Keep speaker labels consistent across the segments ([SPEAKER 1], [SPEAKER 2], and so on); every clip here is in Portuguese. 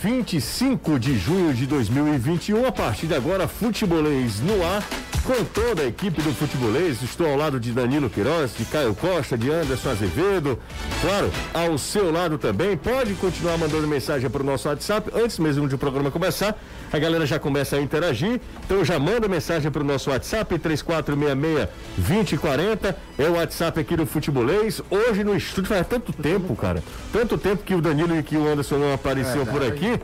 [SPEAKER 1] 25 de junho de 2021, a partir de agora, Futebolês no ar, com toda a equipe do Futebolês. Estou ao lado de Danilo Queiroz, de Caio Costa, de Anderson Azevedo. Claro, ao seu lado também. Pode continuar mandando mensagem para o nosso WhatsApp antes mesmo de o programa começar. A galera já começa a interagir, então já manda mensagem para o nosso WhatsApp 3466-2040. É o WhatsApp aqui do Futebolês. Hoje no estúdio, faz tanto tempo, cara. Tanto tempo que o Danilo e que o Anderson não apareciam por aqui.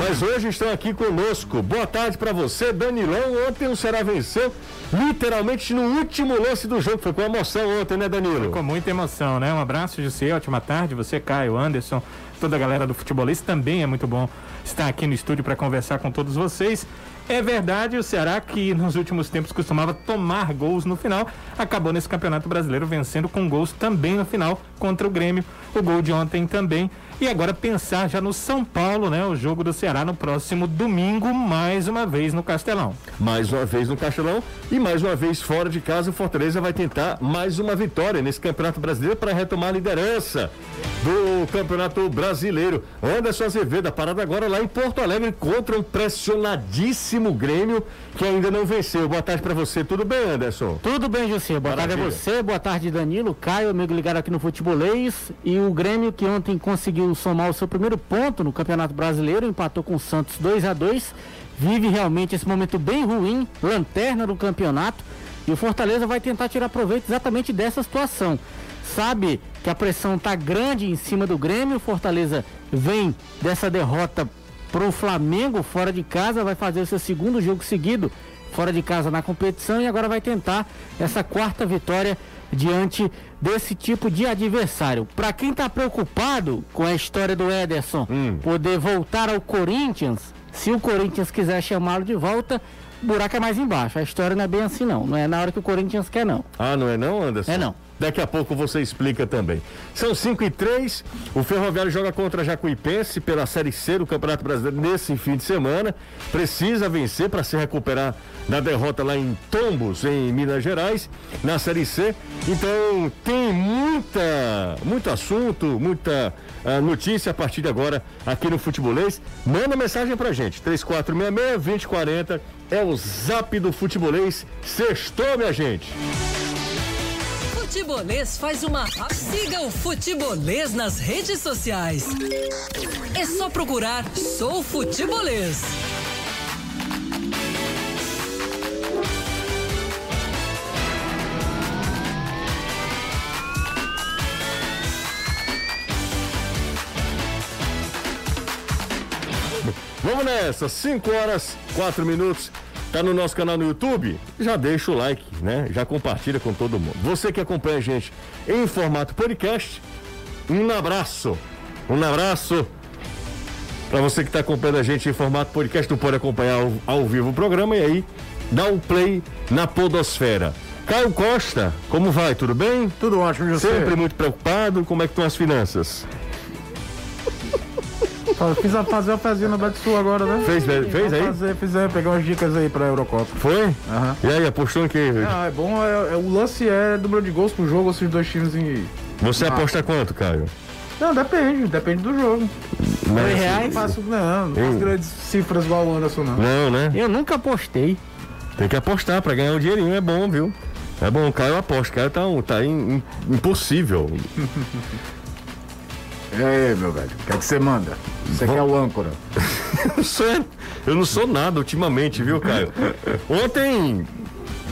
[SPEAKER 1] Mas hoje estão aqui conosco. Boa tarde para você, Danilão. Ontem o Ceará venceu, literalmente no último lance do jogo. Foi com emoção ontem, né, Danilo?
[SPEAKER 2] Com muita emoção, né? Um abraço, José. Ótima tarde. Você, Caio, Anderson, toda a galera do futebolista. Também é muito bom estar aqui no estúdio para conversar com todos vocês. É verdade, o Ceará, que nos últimos tempos costumava tomar gols no final, acabou nesse Campeonato Brasileiro vencendo com gols também no final contra o Grêmio. O gol de ontem também. E agora pensar já no São Paulo, né? O jogo do Ceará no próximo domingo, mais uma vez no Castelão.
[SPEAKER 1] Mais uma vez no Castelão e mais uma vez fora de casa, o Fortaleza vai tentar mais uma vitória nesse Campeonato Brasileiro para retomar a liderança do Campeonato Brasileiro. Anderson Azevedo, a parada agora lá em Porto Alegre contra um pressionadíssimo Grêmio que ainda não venceu. Boa tarde para você, tudo bem, Anderson?
[SPEAKER 3] Tudo bem, José. Boa tarde a
[SPEAKER 1] Maravilha.
[SPEAKER 3] você, boa tarde Danilo, Caio, amigo ligado aqui no Futebolês. E o Grêmio que ontem conseguiu somar o seu primeiro ponto no Campeonato Brasileiro, empatou com o Santos 2 a 2 Vive realmente esse momento bem ruim, lanterna do campeonato. E o Fortaleza vai tentar tirar proveito exatamente dessa situação. Sabe que a pressão está grande em cima do Grêmio, o Fortaleza vem dessa derrota pro Flamengo fora de casa, vai fazer o seu segundo jogo seguido fora de casa na competição e agora vai tentar essa quarta vitória diante desse tipo de adversário. Para quem está preocupado com a história do Ederson poder voltar ao Corinthians, se o Corinthians quiser chamá-lo de volta, o buraco é mais embaixo. A história não é bem assim não, não é na hora que o Corinthians quer não.
[SPEAKER 1] Ah, não é não, Anderson?
[SPEAKER 3] É não.
[SPEAKER 1] Daqui a pouco você explica também. São 5 e 3, o Ferroviário joga contra Jacuipense pela Série C do Campeonato Brasileiro nesse fim de semana. Precisa vencer para se recuperar da derrota lá em Tombos, em Minas Gerais, na Série C. Então tem muita, muito assunto, muita ah, notícia a partir de agora aqui no Futebolês. Manda mensagem pra gente, 3466-2040 é o Zap do Futebolês. Sextou, minha gente!
[SPEAKER 4] Futebolês faz uma. Siga o Futebolês nas redes sociais. É só procurar Sou Futebolês.
[SPEAKER 1] Vamos nessa, 5 horas, 4 minutos. Tá no nosso canal no YouTube? Já deixa o like, né? Já compartilha com todo mundo. Você que acompanha a gente em formato podcast, um abraço. Um abraço para você que tá acompanhando a gente em formato podcast, não pode acompanhar ao, ao vivo o programa e aí dá um play na podosfera. Caio Costa, como vai? Tudo bem?
[SPEAKER 5] Tudo ótimo, José.
[SPEAKER 1] Sempre muito preocupado, como é que estão as finanças?
[SPEAKER 5] Só Fiz a fazer a fezinha no Betsu agora, né?
[SPEAKER 1] Fez, né? Fez
[SPEAKER 5] Vou
[SPEAKER 1] aí?
[SPEAKER 6] é,
[SPEAKER 5] Fazer, fiz aí, pegar umas dicas aí pra Eurocopa.
[SPEAKER 1] Foi?
[SPEAKER 5] Aham.
[SPEAKER 1] E aí, apostou em quem?
[SPEAKER 5] Ah, é bom, é, é- o lance é número de gols pro jogo, esses dois times em...
[SPEAKER 1] Você aposta quanto, Caio?
[SPEAKER 5] Não, depende, depende do jogo.
[SPEAKER 1] Mas-
[SPEAKER 5] Não faço, não, não faço
[SPEAKER 1] Ei.
[SPEAKER 5] grandes cifras igual o Anderson, não.
[SPEAKER 1] Não, né?
[SPEAKER 3] Eu nunca apostei.
[SPEAKER 1] Tem que apostar pra ganhar um dinheirinho, é bom, viu? É bom, o Caio aposta, o Caio tá, um- tá im- im- impossível.
[SPEAKER 5] E aí, meu velho, o que é que você manda? Você
[SPEAKER 1] Vou-
[SPEAKER 5] quer o âncora?
[SPEAKER 1] Eu, sou, eu não sou nada ultimamente, viu, Caio? Ontem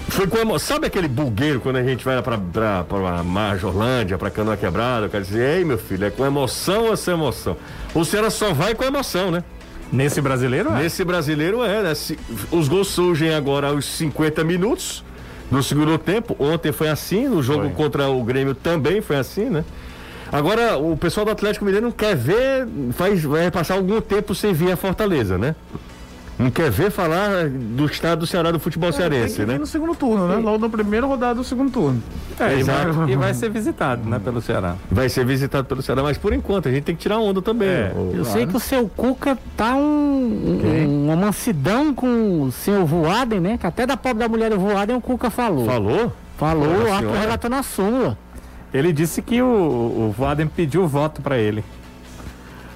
[SPEAKER 1] foi com emo... Sabe aquele bugueiro quando a gente vai lá pra, pra, pra Majorlândia, pra Canoa Quebrada? O cara diz, ei, meu filho, é com emoção ou sem emoção? O Ceará só vai com emoção, né?
[SPEAKER 2] Nesse brasileiro, é.
[SPEAKER 1] Nesse brasileiro é, né? Se- os gols surgem agora aos 50 minutos do segundo tempo. Ontem foi assim, no jogo contra o Grêmio também foi assim, né? Agora, o pessoal do Atlético Mineiro não quer ver, faz, vai passar algum tempo sem vir a Fortaleza, né? Não quer ver falar do estado do Ceará do futebol
[SPEAKER 5] É, Tem que
[SPEAKER 1] cearense,
[SPEAKER 5] vir
[SPEAKER 1] né?
[SPEAKER 5] no segundo turno, né? Logo na primeira rodada do segundo turno.
[SPEAKER 2] É, e,
[SPEAKER 1] Exato.
[SPEAKER 2] vai, e vai ser visitado, né, pelo Ceará.
[SPEAKER 1] Vai ser visitado pelo Ceará, mas por enquanto a gente tem que tirar onda também.
[SPEAKER 6] É.
[SPEAKER 1] né? O-
[SPEAKER 3] Eu sei que o seu Cuca tá um, um- uma mansidão com o senhor Voaden, né? Que até da pobre da mulher do Voaden o Cuca falou.
[SPEAKER 1] Falou?
[SPEAKER 3] Falou,
[SPEAKER 1] Nossa
[SPEAKER 3] o
[SPEAKER 1] Senhora.
[SPEAKER 3] Arthur relatando a súmula.
[SPEAKER 2] Ele disse que o, o Voaden pediu voto pra ele.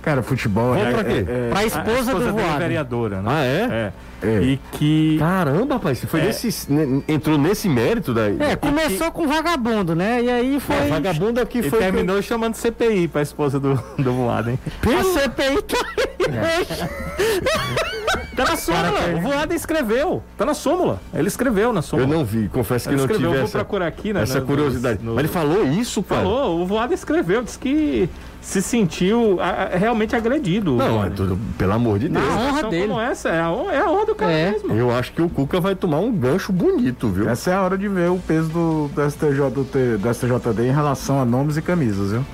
[SPEAKER 6] Cara, futebol
[SPEAKER 1] Vamos
[SPEAKER 6] é.
[SPEAKER 1] pra quê?
[SPEAKER 6] é- é-
[SPEAKER 3] Pra
[SPEAKER 2] A-
[SPEAKER 3] esposa,
[SPEAKER 2] a esposa
[SPEAKER 3] do
[SPEAKER 2] dele é
[SPEAKER 3] Voado.
[SPEAKER 2] vereadora, né?
[SPEAKER 1] Ah, é?
[SPEAKER 2] É.
[SPEAKER 6] É.
[SPEAKER 2] E que.
[SPEAKER 1] Caramba, rapaz, você foi nesse, ne- entrou nesse mérito daí.
[SPEAKER 3] É, começou com vagabundo, né? E aí foi.
[SPEAKER 1] É, vagabundo é o que
[SPEAKER 2] E
[SPEAKER 1] foi. que-
[SPEAKER 2] terminou chamando CPI pra esposa do, do Voaden.
[SPEAKER 3] A CPI tá
[SPEAKER 2] Tá na súmula! O Voaden escreveu. Tá na súmula. Ele escreveu na
[SPEAKER 1] Eu
[SPEAKER 2] súmula.
[SPEAKER 1] não vi, confesso que
[SPEAKER 2] ele
[SPEAKER 1] não
[SPEAKER 2] escreveu,
[SPEAKER 1] tive
[SPEAKER 2] vou
[SPEAKER 1] essa,
[SPEAKER 2] procurar aqui, né?
[SPEAKER 1] essa
[SPEAKER 2] no-
[SPEAKER 1] curiosidade.
[SPEAKER 2] no-
[SPEAKER 1] Mas ele falou isso, cara?
[SPEAKER 2] Falou, o Voada escreveu, disse que se sentiu a- a- realmente agredido.
[SPEAKER 1] Não, é
[SPEAKER 2] Voaden.
[SPEAKER 1] tudo, pelo amor de Deus.
[SPEAKER 2] Uma
[SPEAKER 3] honra
[SPEAKER 2] situação
[SPEAKER 3] dele.
[SPEAKER 2] Como essa, é, a, hon- é a honra do cara
[SPEAKER 3] É.
[SPEAKER 2] mesmo.
[SPEAKER 1] Eu acho que o Cuca vai tomar um gancho bonito, viu?
[SPEAKER 6] Essa é a hora de ver o peso do, do, STJ, do, T- do STJD em relação a nomes e camisas, viu?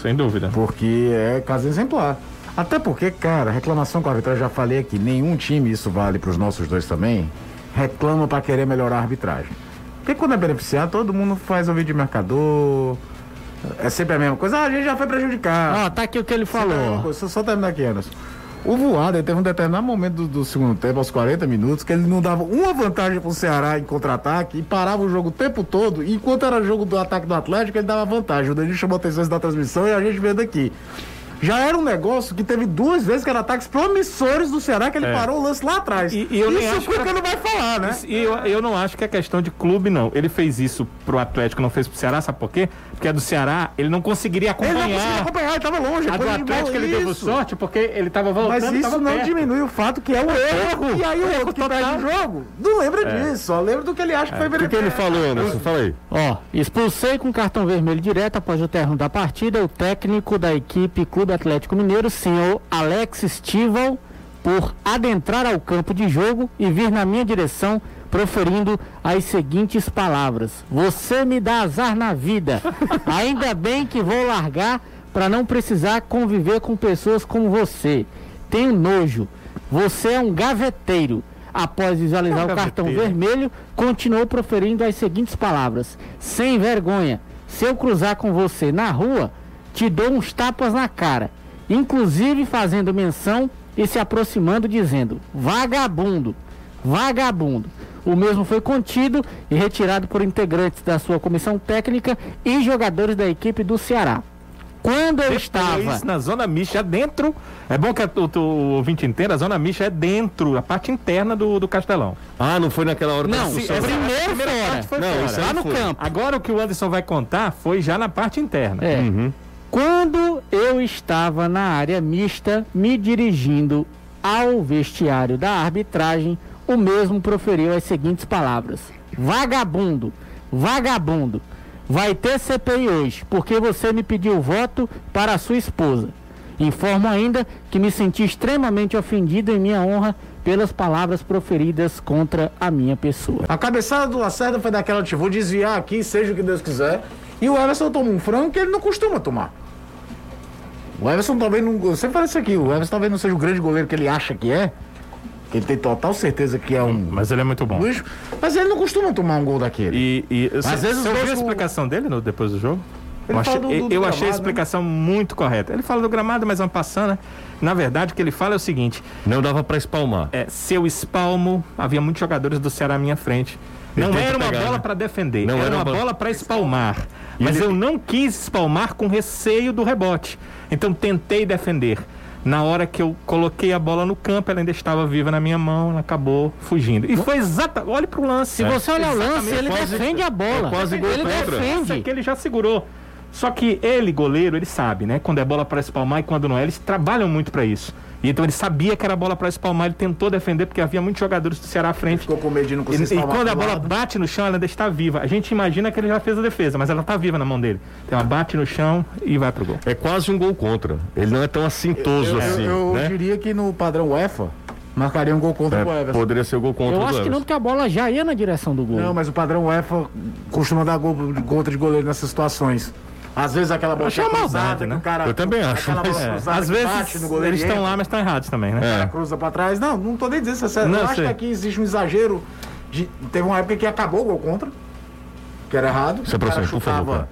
[SPEAKER 2] Sem dúvida.
[SPEAKER 6] Porque é caso exemplar. Até porque, cara, reclamação com a arbitragem, já falei aqui, nenhum time, isso vale para os nossos dois também, reclama para querer melhorar a arbitragem. Porque quando é beneficiar, todo mundo faz ouvido de mercador. É sempre a mesma coisa. Ah, a gente já foi prejudicado.
[SPEAKER 3] Ó, tá aqui o que ele
[SPEAKER 6] Sempre a mesma
[SPEAKER 3] falou.
[SPEAKER 6] coisa. Só, só terminar aqui, Anderson. O voado, ele teve um determinado momento do, do segundo tempo, aos 40 minutos, que ele não dava uma vantagem pro Ceará em contra-ataque e parava o jogo o tempo todo. E enquanto era jogo do ataque do Atlético, ele dava vantagem. O Danilo chamou a atenção da transmissão e a gente vendo aqui. Já era um negócio que teve duas vezes que eram ataques promissores do Ceará, que ele parou o lance lá atrás.
[SPEAKER 2] É. E- e eu nem
[SPEAKER 6] Isso
[SPEAKER 2] acho
[SPEAKER 6] o Cuca
[SPEAKER 2] que-
[SPEAKER 6] não vai falar, né?
[SPEAKER 2] Isso- E eu, eu não acho que é questão de clube, não. Ele fez isso pro Atlético, não fez pro Ceará, sabe por quê? Porque é do Ceará, ele não conseguiria
[SPEAKER 6] Ele não
[SPEAKER 2] acompanhar.
[SPEAKER 6] conseguiu acompanhar, ele tava longe.
[SPEAKER 2] é. a do
[SPEAKER 6] Quando
[SPEAKER 2] Atlético ele deu
[SPEAKER 6] Isso.
[SPEAKER 2] sorte porque ele tava voltando.
[SPEAKER 6] Mas isso
[SPEAKER 2] tava
[SPEAKER 6] não
[SPEAKER 2] perto.
[SPEAKER 6] diminui o fato que é o erro. E aí o outro que perde o jogo não lembra
[SPEAKER 2] É.
[SPEAKER 6] disso, só lembra do que ele acha que foi
[SPEAKER 1] O que, que
[SPEAKER 6] beneficiado. Então,
[SPEAKER 1] ele falou,
[SPEAKER 2] né?
[SPEAKER 1] Anderson? Fala aí.
[SPEAKER 3] Ó, expulsei com cartão vermelho direto após o término da partida o técnico da equipe Clube Atlético Mineiro, senhor Alex Stival, por adentrar ao campo de jogo e vir na minha direção proferindo as seguintes palavras: Você me dá azar na vida. Ainda bem que vou largar para não precisar conviver com pessoas como você. Tenho nojo. Você é um gaveteiro. Após visualizar o cartão
[SPEAKER 2] É um gaveteiro.
[SPEAKER 3] vermelho vermelho, continuou proferindo as seguintes palavras: Sem vergonha, se eu cruzar com você na rua, te dou uns tapas na cara. Inclusive fazendo menção e se aproximando, dizendo: Vagabundo, vagabundo. O mesmo foi contido e retirado por integrantes da sua comissão técnica e jogadores da equipe do Ceará. Quando eu estava.
[SPEAKER 2] Depois, na zona mista, é dentro. É bom que o, o, o ouvinte inteira, a zona mista é dentro, a parte interna do, do castelão.
[SPEAKER 1] Ah, não foi naquela hora da
[SPEAKER 3] Não,
[SPEAKER 1] expulsão.
[SPEAKER 2] essa- a
[SPEAKER 3] primeiro
[SPEAKER 2] primeira
[SPEAKER 3] fora.
[SPEAKER 2] parte foi
[SPEAKER 1] Não,
[SPEAKER 2] fora.
[SPEAKER 1] isso aí
[SPEAKER 3] Lá no
[SPEAKER 1] foi.
[SPEAKER 3] campo.
[SPEAKER 2] Agora o que o Anderson vai contar foi já na parte interna.
[SPEAKER 3] É. Quando eu estava na área mista, me dirigindo ao vestiário da arbitragem, o mesmo proferiu as seguintes palavras: Vagabundo, vagabundo, vai ter CPI hoje, porque você me pediu voto para a sua esposa. Informo ainda que me senti extremamente ofendido em minha honra pelas palavras proferidas contra a minha pessoa.
[SPEAKER 6] A cabeçada do Lacerda foi daquela, tipo, vou desviar aqui, seja o que Deus quiser. E o Everson toma um frango que ele não costuma tomar. O Everson talvez não. Eu sempre falei isso aqui, o Everson talvez não seja o grande goleiro que ele acha que é. Que ele tem total certeza que é um
[SPEAKER 2] Mas ele é muito bom.
[SPEAKER 6] lixo. Mas ele não costuma tomar um gol daquele.
[SPEAKER 2] E, e eu,
[SPEAKER 6] Às vezes os
[SPEAKER 2] você ouviu a
[SPEAKER 6] dois com-
[SPEAKER 2] explicação dele no- depois do jogo?
[SPEAKER 6] Ele
[SPEAKER 2] eu achei,
[SPEAKER 6] fala do- do- do
[SPEAKER 2] eu achei
[SPEAKER 6] gramado, né?
[SPEAKER 2] a explicação muito correta. Ele fala do gramado, mas é uma passando, né? Na verdade, o que ele fala é o seguinte:
[SPEAKER 1] Não dava pra espalmar.
[SPEAKER 2] é, seu espalmo, havia muitos jogadores do Ceará à minha frente.
[SPEAKER 1] Ele
[SPEAKER 2] Não
[SPEAKER 1] tenta
[SPEAKER 2] era uma
[SPEAKER 1] pegar,
[SPEAKER 2] bola
[SPEAKER 1] né?
[SPEAKER 2] para defender,
[SPEAKER 1] Não
[SPEAKER 2] era,
[SPEAKER 1] era
[SPEAKER 2] uma
[SPEAKER 1] uma
[SPEAKER 2] bola para espalmar. Mas
[SPEAKER 1] ele-
[SPEAKER 2] eu não quis espalmar com receio do rebote. Então tentei defender. Na hora que eu coloquei a bola no campo, ela ainda estava viva na minha mão, ela acabou fugindo. E foi exata. Olha pro lance.
[SPEAKER 3] Se você olhar o lance,
[SPEAKER 2] Exatamente.
[SPEAKER 3] ele
[SPEAKER 1] quase-
[SPEAKER 3] defende a bola.
[SPEAKER 1] é quase gol
[SPEAKER 3] ele
[SPEAKER 1] contra.
[SPEAKER 2] Essa
[SPEAKER 3] defende.
[SPEAKER 2] que ele já segurou. Só que ele, goleiro, ele sabe, né? Quando é bola para espalmar e quando não é. Eles trabalham muito para isso. E então ele sabia que era bola para espalmar, ele tentou defender porque havia muitos jogadores do Ceará à frente.
[SPEAKER 6] Ficou com medo de não
[SPEAKER 2] E,
[SPEAKER 6] conseguir
[SPEAKER 2] e
[SPEAKER 6] salvar
[SPEAKER 2] quando
[SPEAKER 1] é
[SPEAKER 2] a
[SPEAKER 6] pro
[SPEAKER 2] bola
[SPEAKER 6] lado.
[SPEAKER 2] bate no chão, ela ainda está viva. A gente imagina que ele já fez a defesa, mas ela tá viva na mão dele. Então ela bate no chão e vai pro gol.
[SPEAKER 1] É quase um gol contra. Ele não é tão assintoso
[SPEAKER 6] Eu,
[SPEAKER 1] assim,
[SPEAKER 6] eu
[SPEAKER 1] né?
[SPEAKER 6] diria que no padrão UEFA marcaria um gol contra o
[SPEAKER 1] É,
[SPEAKER 6] Everson.
[SPEAKER 1] poderia ser o gol contra
[SPEAKER 3] Eu
[SPEAKER 1] do
[SPEAKER 3] acho que não,
[SPEAKER 1] Everson.
[SPEAKER 3] porque a bola já ia na direção do gol.
[SPEAKER 6] Não, mas o padrão UEFA costuma dar gol contra de goleiro nessas situações. Às vezes aquela bola
[SPEAKER 2] acho uma maldade, né?
[SPEAKER 6] É que o cara.
[SPEAKER 1] Eu também acho,
[SPEAKER 6] Aquela bola
[SPEAKER 1] mas-
[SPEAKER 6] cruzada
[SPEAKER 2] É. Às
[SPEAKER 6] que bate
[SPEAKER 2] vezes
[SPEAKER 6] no goleiro
[SPEAKER 2] eles
[SPEAKER 6] e
[SPEAKER 2] estão
[SPEAKER 6] entra,
[SPEAKER 2] lá, mas estão errados também, né?
[SPEAKER 1] É.
[SPEAKER 6] Cruza pra trás. Não, não tô nem dizendo se é certo.
[SPEAKER 2] Não,
[SPEAKER 6] eu acho
[SPEAKER 2] sei.
[SPEAKER 6] que aqui existe um exagero. de- Teve uma época que acabou o gol contra, que era errado.
[SPEAKER 1] Se
[SPEAKER 6] o cara
[SPEAKER 1] aproxima, por favor,
[SPEAKER 6] chutava
[SPEAKER 1] cara.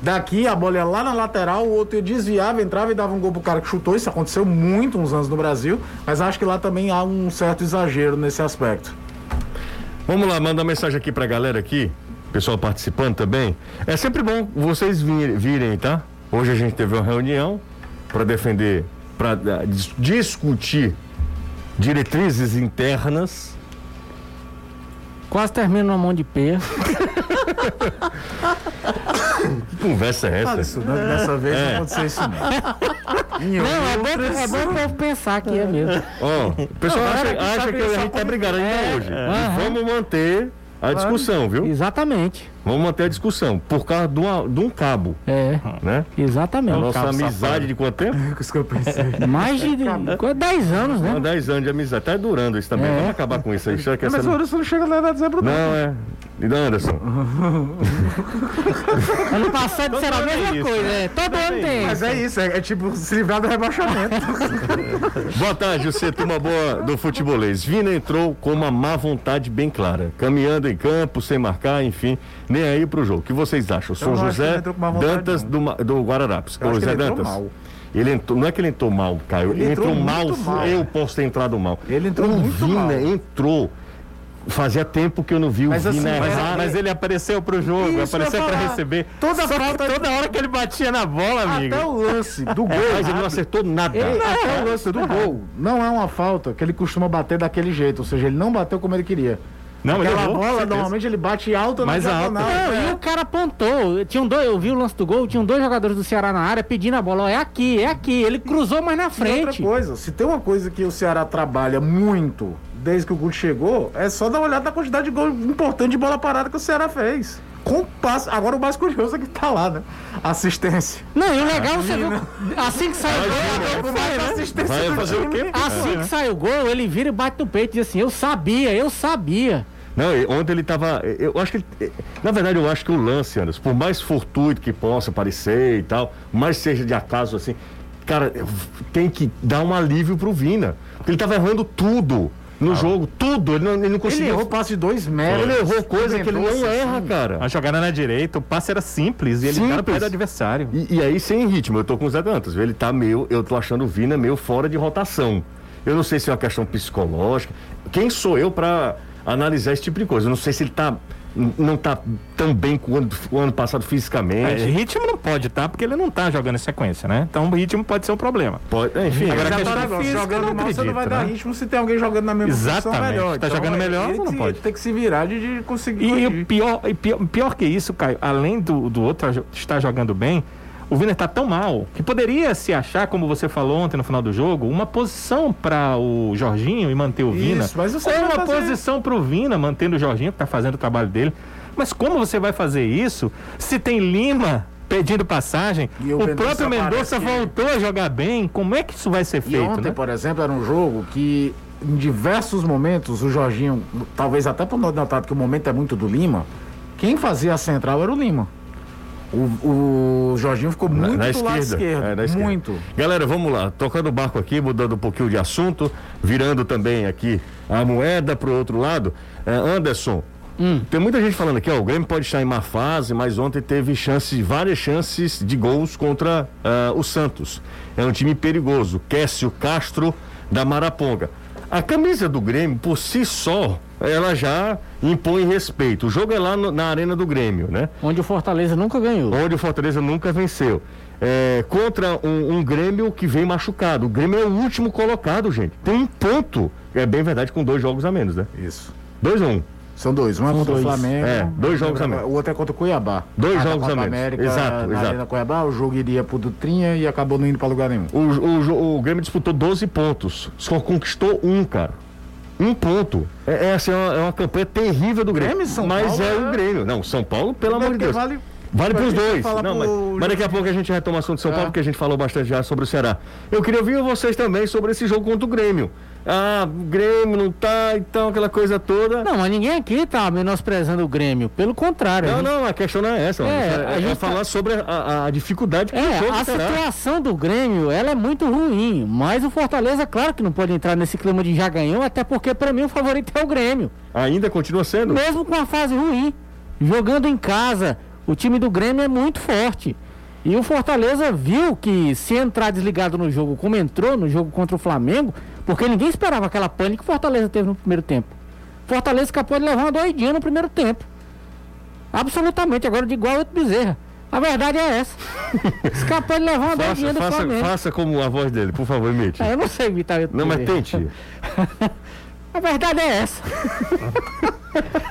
[SPEAKER 6] Daqui a bola ia lá na lateral, o outro ia desviava, entrava e dava um gol pro cara que chutou. Isso aconteceu muito uns anos no Brasil, mas acho que lá também há um certo exagero nesse aspecto.
[SPEAKER 1] Vamos lá, manda uma mensagem aqui pra galera aqui. pessoal participando também. É sempre bom vocês vir- virem, tá? Hoje a gente teve uma reunião para defender, para discutir diretrizes internas.
[SPEAKER 3] Quase termino na mão de pé.
[SPEAKER 1] Que conversa é essa?
[SPEAKER 6] Isso, né? Dessa vez
[SPEAKER 1] É.
[SPEAKER 6] não aconteceu isso não.
[SPEAKER 3] Não, é bom, é bom o povo pensar que é mesmo.
[SPEAKER 1] Ó, o pessoal
[SPEAKER 3] Não,
[SPEAKER 1] acha,
[SPEAKER 3] agora que
[SPEAKER 1] acha
[SPEAKER 3] sabe
[SPEAKER 1] que a
[SPEAKER 3] só
[SPEAKER 1] gente tá brigando ainda hoje.
[SPEAKER 3] aham.
[SPEAKER 1] E Vamos manter a discussão, viu?
[SPEAKER 3] Exatamente.
[SPEAKER 1] Vamos manter a discussão. Por causa de, uma- de um cabo,
[SPEAKER 3] É,
[SPEAKER 1] né? A
[SPEAKER 3] exatamente.
[SPEAKER 1] nossa
[SPEAKER 2] cabo
[SPEAKER 1] amizade
[SPEAKER 2] safado.
[SPEAKER 1] de quanto tempo?
[SPEAKER 6] É isso que eu pensei.
[SPEAKER 3] Mais de quase 10 anos,
[SPEAKER 1] Há
[SPEAKER 3] né?
[SPEAKER 1] 10 anos de amizade. Tá durando isso também.
[SPEAKER 3] É.
[SPEAKER 1] Vamos acabar com isso aí. Só que essa
[SPEAKER 5] Mas o
[SPEAKER 1] não...
[SPEAKER 5] Anderson não chega na idade de Zé Bruno.
[SPEAKER 1] não, é. E da Anderson?
[SPEAKER 3] Ano passado será a
[SPEAKER 1] ano é
[SPEAKER 3] mesma
[SPEAKER 1] isso,
[SPEAKER 3] coisa,
[SPEAKER 6] né?
[SPEAKER 3] é. Todo ano tem.
[SPEAKER 6] Mas é isso, é, é tipo se livrar do rebaixamento.
[SPEAKER 1] Boa tarde, você turma boa do futebolês. Vina entrou com uma má vontade bem clara, caminhando em campo, sem marcar, enfim, nem aí pro jogo. O que vocês acham? Sou
[SPEAKER 6] não acho que ele
[SPEAKER 1] José
[SPEAKER 6] entrou com má vontade,
[SPEAKER 1] Dantas
[SPEAKER 6] não.
[SPEAKER 1] do, Ma- do Guararapes.
[SPEAKER 6] Eu
[SPEAKER 1] Ô,
[SPEAKER 6] acho que
[SPEAKER 1] José
[SPEAKER 6] ele entrou
[SPEAKER 1] Dantas.
[SPEAKER 6] mal.
[SPEAKER 1] Ele entrou, não é que ele entrou mal, Caio. Ele, entrou,
[SPEAKER 6] entrou
[SPEAKER 1] mal,
[SPEAKER 6] muito mal.
[SPEAKER 1] Eu posso ter entrado mal.
[SPEAKER 6] Ele entrou
[SPEAKER 1] o
[SPEAKER 6] muito
[SPEAKER 1] Vina
[SPEAKER 6] mal.
[SPEAKER 1] entrou. Fazia tempo que eu não vi o
[SPEAKER 6] Mas assim,
[SPEAKER 1] Vina
[SPEAKER 6] mas-
[SPEAKER 1] errar.
[SPEAKER 2] Mas ele apareceu pro jogo,
[SPEAKER 6] Isso que eu ia
[SPEAKER 2] apareceu pra
[SPEAKER 6] falar.
[SPEAKER 2] receber.
[SPEAKER 6] Toda falta.
[SPEAKER 2] Toda hora que ele batia na bola, amigo.
[SPEAKER 6] Até É o lance do gol.
[SPEAKER 1] É, Mas ele não acertou nada.
[SPEAKER 6] Até o lance do gol. Não é uma falta que ele costuma bater daquele jeito. Ou seja, ele não bateu como ele queria.
[SPEAKER 2] Não, ele
[SPEAKER 6] Aquela
[SPEAKER 2] errou,
[SPEAKER 6] bola,
[SPEAKER 2] certeza.
[SPEAKER 6] normalmente ele bate alta
[SPEAKER 2] Mais É,
[SPEAKER 6] na
[SPEAKER 2] alta.
[SPEAKER 6] diagonal.
[SPEAKER 3] Não, e o cara apontou. Tinham dois, eu vi o lance do gol, tinham dois jogadores do Ceará na área pedindo a bola. Ó, é aqui, é aqui. Ele cruzou mais na
[SPEAKER 6] E outra
[SPEAKER 3] frente.
[SPEAKER 6] coisa, se tem uma coisa que o Ceará trabalha muito desde que o Guto chegou, é só dar uma olhada na quantidade de gol importante de bola parada que o Ceará fez. Com passo. Agora o mais curioso é que tá lá, né? Assistência.
[SPEAKER 3] Não, e o legal, você viu. Assim que saiu o gol,
[SPEAKER 6] Como
[SPEAKER 3] foi,
[SPEAKER 6] é que
[SPEAKER 3] né?
[SPEAKER 6] tá a assistência
[SPEAKER 1] Vai
[SPEAKER 6] do
[SPEAKER 1] fazer o
[SPEAKER 6] time?
[SPEAKER 1] quê?
[SPEAKER 3] Assim que sai o gol, ele vira e bate no peito e diz assim: Eu sabia, eu sabia.
[SPEAKER 1] Não, e ontem ele tava. eh, Eu acho que. ele- na verdade, eu acho que o lance, Anderson, por mais fortuito que possa parecer e tal, mais seja de acaso assim, cara, eu- tem que dar um alívio pro Vina. Porque ele tava errando tudo no jogo, tudo. Ele não, ele não
[SPEAKER 6] Ah. Ele
[SPEAKER 1] conseguia.
[SPEAKER 6] errou passe de dois metros.
[SPEAKER 1] Ele errou coisa que ele não
[SPEAKER 6] Nossa,
[SPEAKER 1] erra,
[SPEAKER 6] assim.
[SPEAKER 1] cara.
[SPEAKER 2] A jogada na direita, o passe era simples e ele dá no pé
[SPEAKER 1] Simples.
[SPEAKER 2] do adversário.
[SPEAKER 1] E, e aí, sem ritmo, eu tô com o Zé Dantas, viu? Ele tá meio, eu tô achando o Vina meio fora de rotação. Eu não sei se é uma questão psicológica. Quem sou eu pra analisar esse tipo de coisa? Eu não sei se ele tá. n- Não tá tão bem com o ano, o ano passado
[SPEAKER 2] É,
[SPEAKER 1] fisicamente.
[SPEAKER 2] ritmo não pode estar, porque ele não tá jogando em sequência, né? Então o ritmo pode ser um problema.
[SPEAKER 1] Pode- é, enfim,
[SPEAKER 2] Agora,
[SPEAKER 6] Já
[SPEAKER 2] questão
[SPEAKER 6] tá negócio,
[SPEAKER 2] física, eu
[SPEAKER 6] jogando
[SPEAKER 2] não
[SPEAKER 6] mal, você não vai
[SPEAKER 2] acredito,
[SPEAKER 6] dar
[SPEAKER 2] né?
[SPEAKER 6] ritmo se tem alguém jogando na mesma posição
[SPEAKER 2] Exatamente.
[SPEAKER 6] melhor.
[SPEAKER 2] Tá jogando melhor,
[SPEAKER 6] ele
[SPEAKER 2] não
[SPEAKER 6] que-
[SPEAKER 2] pode.
[SPEAKER 6] Tem que se virar de, de conseguir.
[SPEAKER 2] E, o
[SPEAKER 6] corrigir.
[SPEAKER 2] pior, e pior, pior que isso, Caio, além do, do outro jo- estar jogando bem, o Vina tá tão mal que poderia se achar, como você falou ontem no final do jogo, uma posição para o Jorginho e manter o Vina.
[SPEAKER 6] Isso, mas você
[SPEAKER 2] ou
[SPEAKER 6] não vai
[SPEAKER 2] uma
[SPEAKER 6] fazer.
[SPEAKER 2] posição para o Vina, mantendo o Jorginho, que tá fazendo o trabalho dele. Mas como você vai fazer isso se tem Lima pedindo passagem?
[SPEAKER 6] E o
[SPEAKER 2] o
[SPEAKER 6] Mendonça
[SPEAKER 2] próprio Mendonça
[SPEAKER 6] parece que-
[SPEAKER 2] voltou a jogar bem. Como é que isso vai ser
[SPEAKER 6] E
[SPEAKER 2] feito?
[SPEAKER 6] ontem,
[SPEAKER 2] né?
[SPEAKER 6] por exemplo, era um jogo que em diversos momentos o Jorginho, talvez até por notado que o momento é muito do Lima, quem fazia a central era o Lima. O, o Jorginho ficou
[SPEAKER 1] Na-
[SPEAKER 6] muito
[SPEAKER 1] na
[SPEAKER 6] do lado esquerdo.
[SPEAKER 1] É, na esquerda.
[SPEAKER 6] Muito.
[SPEAKER 1] Galera, vamos lá. Tocando o barco aqui, mudando um pouquinho de assunto, virando também aqui a moeda pro outro lado. É, Anderson, tem muita gente falando aqui, ó, o Grêmio pode estar em má fase, mas ontem teve chances, várias chances de gols contra ah, o Santos. É um time perigoso. Cássio Castro da Maraponga. A camisa do Grêmio, por si só, ela já impõe respeito. O jogo é lá no- na arena do Grêmio, né?
[SPEAKER 3] Onde o Fortaleza nunca ganhou.
[SPEAKER 1] onde o Fortaleza nunca venceu. É, contra um, um Grêmio que vem machucado. O Grêmio é o último colocado, gente. Tem um ponto. É bem verdade, com dois jogos a menos, né?
[SPEAKER 6] Isso.
[SPEAKER 1] Dois a um.
[SPEAKER 6] São dois. Um é contra o
[SPEAKER 3] dois.
[SPEAKER 6] Flamengo.
[SPEAKER 1] É, dois jogos a menos.
[SPEAKER 6] O outro é contra o Cuiabá.
[SPEAKER 1] Dois
[SPEAKER 6] Ah, da
[SPEAKER 1] jogos a
[SPEAKER 6] Copa
[SPEAKER 1] menos.
[SPEAKER 6] América,
[SPEAKER 1] Exato,
[SPEAKER 6] na
[SPEAKER 1] exato.
[SPEAKER 6] Arena Cuiabá, o jogo iria pro Dutrinha e acabou não indo pra lugar nenhum.
[SPEAKER 1] O, o jo- o Grêmio disputou 12 pontos. Só conquistou um, cara. Um ponto. É, é, assim, é, uma, é uma campanha terrível do Grêmio.
[SPEAKER 6] Grêmio e São
[SPEAKER 1] mas
[SPEAKER 6] Paulo
[SPEAKER 1] é o
[SPEAKER 6] é-
[SPEAKER 1] Grêmio. Não, São Paulo, pelo amor de
[SPEAKER 6] Porque
[SPEAKER 1] Deus.
[SPEAKER 6] Vale...
[SPEAKER 1] Vale pros
[SPEAKER 6] Mas deixa eu
[SPEAKER 1] dois.
[SPEAKER 6] falar
[SPEAKER 1] Não, mas, É.
[SPEAKER 6] pro-
[SPEAKER 1] mas daqui a pouco a gente retoma o assunto de São Paulo, porque a gente falou bastante já sobre o Ceará. Eu queria ouvir vocês também sobre esse jogo contra o Grêmio. Ah, o Grêmio não tá, então, aquela coisa toda.
[SPEAKER 3] Não, mas ninguém aqui tá menosprezando o Grêmio. Pelo contrário. a
[SPEAKER 1] Não,
[SPEAKER 3] gente-
[SPEAKER 1] não, a questão não é essa. mano.
[SPEAKER 3] É,
[SPEAKER 1] É,
[SPEAKER 3] a
[SPEAKER 1] é
[SPEAKER 3] gente tá-
[SPEAKER 1] falar sobre a, a dificuldade que o
[SPEAKER 3] É,
[SPEAKER 1] jogo
[SPEAKER 3] a
[SPEAKER 1] terá.
[SPEAKER 3] situação do Grêmio, ela é muito ruim, mas o Fortaleza, claro que não pode entrar nesse clima de já ganhou, até porque pra mim o favorito é o Grêmio.
[SPEAKER 1] Ainda continua sendo?
[SPEAKER 3] Mesmo com a fase ruim, jogando em casa, o time do Grêmio é muito forte. E o Fortaleza viu que se entrar desligado no jogo, como entrou no jogo contra o Flamengo, porque ninguém esperava aquela pane que o Fortaleza teve no primeiro tempo. Fortaleza capaz de levar uma doidinha no primeiro tempo. Absolutamente, agora de igual outro Bezerra. A verdade é essa. Escapou de levar uma doidinha
[SPEAKER 1] Faça,
[SPEAKER 3] do
[SPEAKER 1] faça,
[SPEAKER 3] Flamengo.
[SPEAKER 1] faça como a voz dele, por favor, imite.
[SPEAKER 3] Ah, eu não sei imitar outro
[SPEAKER 1] Não, mas
[SPEAKER 3] Bezerra.
[SPEAKER 1] tente.
[SPEAKER 3] A verdade é essa.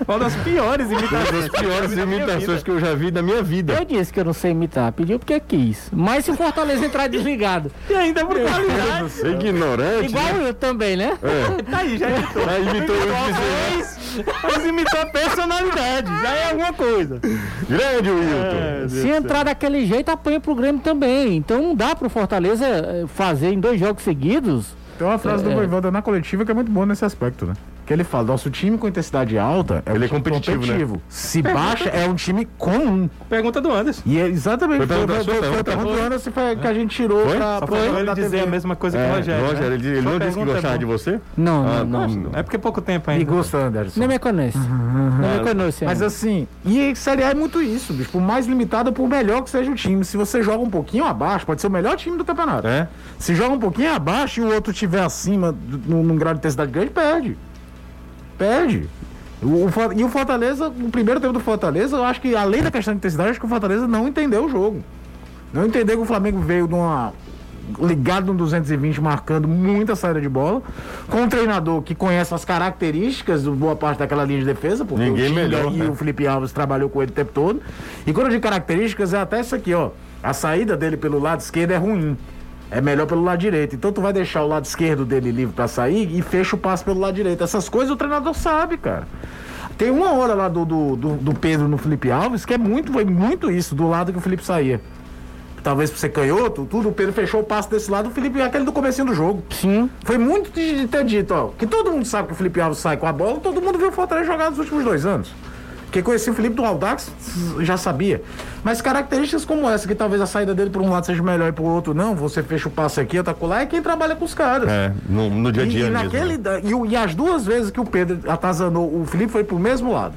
[SPEAKER 2] Uma das piores
[SPEAKER 1] Uma
[SPEAKER 2] imitações.
[SPEAKER 1] das piores
[SPEAKER 2] da minha
[SPEAKER 1] imitações
[SPEAKER 2] vida.
[SPEAKER 1] que eu já vi na minha vida.
[SPEAKER 3] Eu disse que eu não sei imitar, pediu porque quis. Mas se o Fortaleza entrar desligado,
[SPEAKER 2] E ainda por causa
[SPEAKER 1] Você é ignorante.
[SPEAKER 3] igual
[SPEAKER 1] né?
[SPEAKER 3] eu também, né?
[SPEAKER 1] É.
[SPEAKER 2] Tá aí, já imitou.
[SPEAKER 1] Aí imitou eu dizer.
[SPEAKER 2] Mas imitou a personalidade, já é alguma coisa. É,
[SPEAKER 1] Grande Wilton. É,
[SPEAKER 3] Se entrar daquele jeito, apanha pro Grêmio também. Então não dá pro Fortaleza eh, fazer em dois jogos seguidos.
[SPEAKER 6] Tem uma frase do Voivoda na coletiva que é muito boa nesse aspecto, né? Que ele fala, nosso time com intensidade alta é um
[SPEAKER 1] Ele é
[SPEAKER 6] time
[SPEAKER 1] competitivo,
[SPEAKER 6] Se baixa, é um time comum.
[SPEAKER 2] Pergunta do Anderson.
[SPEAKER 6] E é exatamente
[SPEAKER 1] Foi pergunta sua, pergunta
[SPEAKER 6] foi pergunta do Anderson foi que a gente tirou
[SPEAKER 1] Foi?
[SPEAKER 6] pra,
[SPEAKER 1] Só
[SPEAKER 2] Só
[SPEAKER 6] pra-
[SPEAKER 2] faltou
[SPEAKER 6] da
[SPEAKER 2] ele dizer
[SPEAKER 1] "É,
[SPEAKER 6] TV.
[SPEAKER 2] a mesma coisa
[SPEAKER 6] É,
[SPEAKER 2] que o Rogério.
[SPEAKER 1] Rogério,
[SPEAKER 2] né?
[SPEAKER 1] ele, ele
[SPEAKER 2] Só
[SPEAKER 1] não disse que
[SPEAKER 2] pergunta é
[SPEAKER 1] gostava
[SPEAKER 2] bom.
[SPEAKER 1] de você?
[SPEAKER 3] Não,
[SPEAKER 1] Ah,
[SPEAKER 3] não, não.
[SPEAKER 1] não.
[SPEAKER 2] É porque é pouco tempo
[SPEAKER 6] Me
[SPEAKER 2] ainda.
[SPEAKER 6] gusta, Anderson.
[SPEAKER 3] Não me conhece. Não me conhece.
[SPEAKER 6] Mas assim, e Série A é muito isso, bicho. Por mais limitado, por melhor que seja o time. Se você joga um pouquinho abaixo, pode ser o melhor time do campeonato.
[SPEAKER 1] É?
[SPEAKER 6] Se joga um pouquinho abaixo e o outro tiver acima, do- num, num grau de intensidade grande, perde. Perde. O- o For- e o Fortaleza, o primeiro tempo do Fortaleza, eu acho que, além da questão de intensidade, eu acho que o Fortaleza não entendeu o jogo. Não entendeu que o Flamengo veio de uma. Ligado no 220, marcando muita saída de bola, com um treinador que conhece as características de boa parte daquela linha de defesa, porque
[SPEAKER 1] Ninguém
[SPEAKER 6] o Tinga
[SPEAKER 1] melhor,
[SPEAKER 6] e
[SPEAKER 1] né?
[SPEAKER 6] o Felipe Alves trabalhou com ele o tempo todo. E quando eu digo características, é até isso aqui, ó. A saída dele pelo lado esquerdo é ruim. É melhor pelo lado direito. Então tu vai deixar o lado esquerdo dele livre pra sair e fecha o passe pelo lado direito. Essas coisas o treinador sabe, cara. Tem uma hora lá do, do, do- do Pedro no Felipe Alves que é muito, foi muito isso, do lado que o Felipe saía. Talvez por ser canhoto, tudo, o Pedro fechou o passe desse lado, o Felipe aquele do comecinho do jogo.
[SPEAKER 3] Sim.
[SPEAKER 6] Foi muito de de ter dito, ó, que todo mundo sabe que o Felipe Alves sai com a bola, todo mundo viu o Fortaleza jogar nos últimos dois anos. Quem conhecia o Felipe do Aldax já sabia. Mas características como essa, que talvez a saída dele por um lado seja melhor e por outro não, você fecha o passe aqui, outra colar, é quem trabalha com os caras.
[SPEAKER 1] É, no, no dia a
[SPEAKER 6] E,
[SPEAKER 1] dia
[SPEAKER 6] e,
[SPEAKER 1] mesmo.
[SPEAKER 2] né?
[SPEAKER 6] naquele, da- e, o- e as duas vezes que o Pedro atazanou, o Felipe foi pro mesmo lado.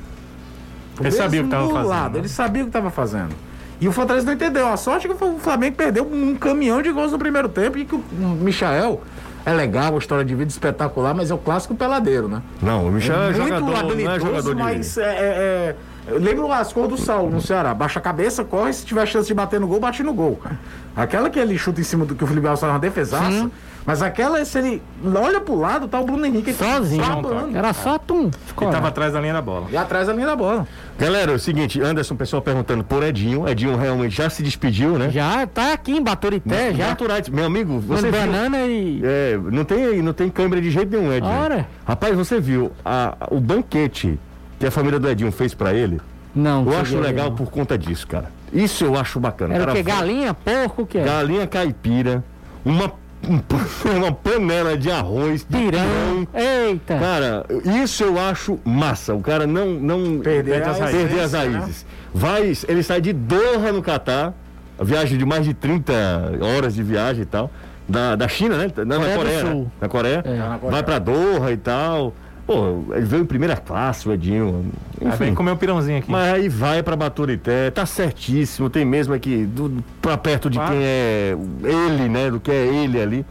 [SPEAKER 6] Pro
[SPEAKER 2] Ele sabia o que
[SPEAKER 6] mesmo
[SPEAKER 2] tava fazendo,
[SPEAKER 6] Lado,
[SPEAKER 2] né?
[SPEAKER 6] Ele sabia o que estava fazendo. E o Fortaleza não entendeu. A sorte é que o Flamengo perdeu um caminhão de gols no primeiro tempo e que o Michael é legal, uma história de vida espetacular, mas é o clássico peladeiro, né?
[SPEAKER 1] Não, o Michel é,
[SPEAKER 6] muito
[SPEAKER 1] jogador, não é
[SPEAKER 6] habilidoso,
[SPEAKER 1] jogador de...
[SPEAKER 6] mas é, é, é, eu lembro o Ascor do Saulo no Ceará. Baixa a cabeça, corre, se tiver chance de bater no gol, bate no gol. Aquela que ele chuta em cima do que o Felipe Alves faz uma defesaça. Mas aquela, se ele olha pro lado, tá o Bruno Henrique aqui,
[SPEAKER 3] Sozinho.
[SPEAKER 1] tá.
[SPEAKER 6] babando.
[SPEAKER 3] Era só tum.
[SPEAKER 2] E tava atrás da linha da bola.
[SPEAKER 6] E atrás da linha da bola.
[SPEAKER 1] Galera, é o seguinte, Anderson, o pessoal perguntando por Edinho. Edinho realmente já se despediu, né?
[SPEAKER 3] Já tá aqui em Baturité, já.
[SPEAKER 1] Naturalmente. Meu amigo, você
[SPEAKER 3] Você
[SPEAKER 1] viu...
[SPEAKER 3] banana e.
[SPEAKER 1] É, não tem, não tem câmera de jeito nenhum, Edinho.
[SPEAKER 3] Ora.
[SPEAKER 1] Rapaz, você viu a- o banquete que a família do Edinho fez pra ele?
[SPEAKER 3] Não.
[SPEAKER 1] Eu
[SPEAKER 3] cheguei
[SPEAKER 1] acho
[SPEAKER 3] aí,
[SPEAKER 1] legal
[SPEAKER 3] não.
[SPEAKER 1] por conta disso, cara. Isso eu acho bacana.
[SPEAKER 3] né? Era o
[SPEAKER 1] cara,
[SPEAKER 3] que?
[SPEAKER 1] foi-
[SPEAKER 3] Galinha, porco, o que é?
[SPEAKER 1] Galinha caipira, uma, um pan- uma panela de arroz, de
[SPEAKER 3] Pirão.
[SPEAKER 1] pirão.
[SPEAKER 3] Eita.
[SPEAKER 1] Cara, isso eu acho massa. O cara não. não perde
[SPEAKER 6] Perder a
[SPEAKER 1] raízes. né?
[SPEAKER 6] essência,
[SPEAKER 1] Perder as raízes. Vai, ele sai de Doha no Catar, viagem de mais de 30 horas de viagem e tal. Da, da China, né? Na, na
[SPEAKER 3] Coreia do
[SPEAKER 1] Coreia. né?
[SPEAKER 3] Sul. É.
[SPEAKER 1] Na Coreia. Vai pra Doha e tal. Pô, ele veio em primeira classe, o Edinho.
[SPEAKER 3] Tá
[SPEAKER 2] Aí vem comer um pirãozinho aqui.
[SPEAKER 1] Mas aí vai pra Baturité, tá certíssimo, tem mesmo aqui, do, pra perto de
[SPEAKER 2] Claro.
[SPEAKER 1] quem é ele, né? Do que é ele ali.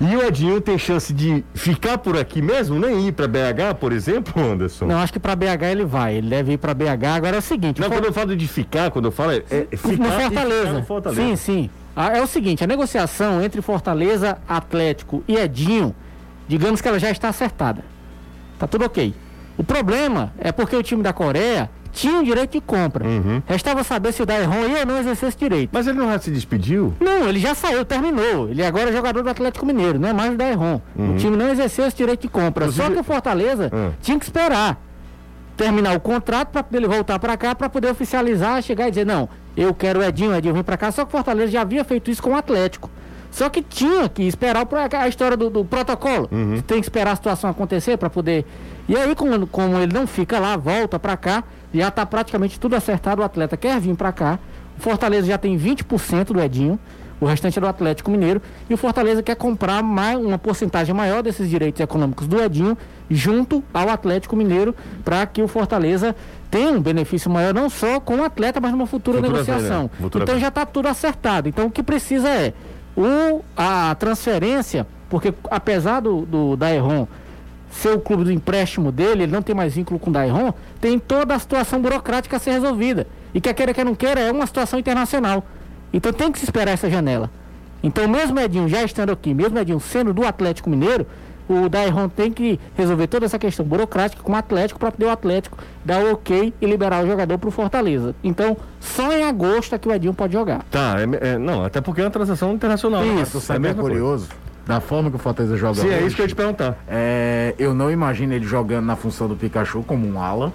[SPEAKER 1] E o Edinho tem chance de ficar por aqui mesmo, nem ir pra BH, por exemplo, Anderson?
[SPEAKER 3] Não, acho que pra BH ele vai. Ele deve ir pra BH. Agora é o seguinte:
[SPEAKER 1] Não,
[SPEAKER 3] o
[SPEAKER 1] quando eu falo de ficar, quando eu falo é, é ficar
[SPEAKER 3] no
[SPEAKER 1] e
[SPEAKER 3] Fortaleza.
[SPEAKER 1] ficar no Fortaleza.
[SPEAKER 3] Sim, sim. Ah, É o seguinte, a negociação entre Fortaleza, Atlético e Edinho, digamos que ela já está acertada. Tá tudo ok. O problema é porque o time da Coreia tinha o direito de compra.
[SPEAKER 1] Uhum.
[SPEAKER 3] Restava saber se o Daeron ia ou não exercer esse direito.
[SPEAKER 1] Mas ele não já se despediu?
[SPEAKER 3] Não, ele já saiu, terminou. Ele agora é jogador do Atlético Mineiro, não é mais do Daeron. O time não exerceu esse direito de compra. Só
[SPEAKER 1] Uhum. Inclusive-
[SPEAKER 3] que o Fortaleza
[SPEAKER 1] Ah.
[SPEAKER 3] tinha que esperar terminar o contrato para ele voltar para cá para poder oficializar, chegar e dizer: não, eu quero o Edinho, o Edinho vem para cá. Só que o Fortaleza já havia feito isso com o Atlético. Só que tinha que esperar o pro- a história do, do protocolo.
[SPEAKER 1] Uhum.
[SPEAKER 3] Tem que esperar a situação acontecer para poder. E aí, como, como ele não fica lá, volta para cá, já tá praticamente tudo acertado. O atleta quer vir para cá. O Fortaleza já tem 20% do Edinho. O restante é do Atlético Mineiro. E o Fortaleza quer comprar mais, uma porcentagem maior desses direitos econômicos do Edinho junto ao Atlético Mineiro para que o Fortaleza tenha um benefício maior não só com o atleta, mas numa futura,
[SPEAKER 1] Futura
[SPEAKER 3] negociação.
[SPEAKER 1] venda, futura
[SPEAKER 3] então
[SPEAKER 1] venda.
[SPEAKER 3] já está tudo acertado. Então o que precisa é o, a transferência, porque apesar do, do Daeron ser o clube do empréstimo dele, ele não tem mais vínculo com o Dairon, tem toda a situação burocrática a ser resolvida. E quer queira, quer não queira, é uma situação internacional. Então tem que se esperar essa janela. Então, mesmo Edinho já estando aqui, mesmo Edinho sendo do Atlético Mineiro, o Dairon tem que resolver toda essa questão burocrática com o Atlético para poder o Atlético dar o ok e liberar o jogador para o Fortaleza. Então, só em agosto é que o Edinho pode jogar.
[SPEAKER 1] Tá, é- é- não, até porque é uma transação internacional. né,
[SPEAKER 6] Tu
[SPEAKER 1] Marcos? É a
[SPEAKER 6] sabe que é
[SPEAKER 1] mesma coisa.
[SPEAKER 6] curioso? Da forma que o Fortaleza joga
[SPEAKER 1] Sim, é
[SPEAKER 6] hoje,
[SPEAKER 1] isso que eu ia te perguntar.
[SPEAKER 6] é, eu não imagino ele jogando na função do Pikachu como um ala.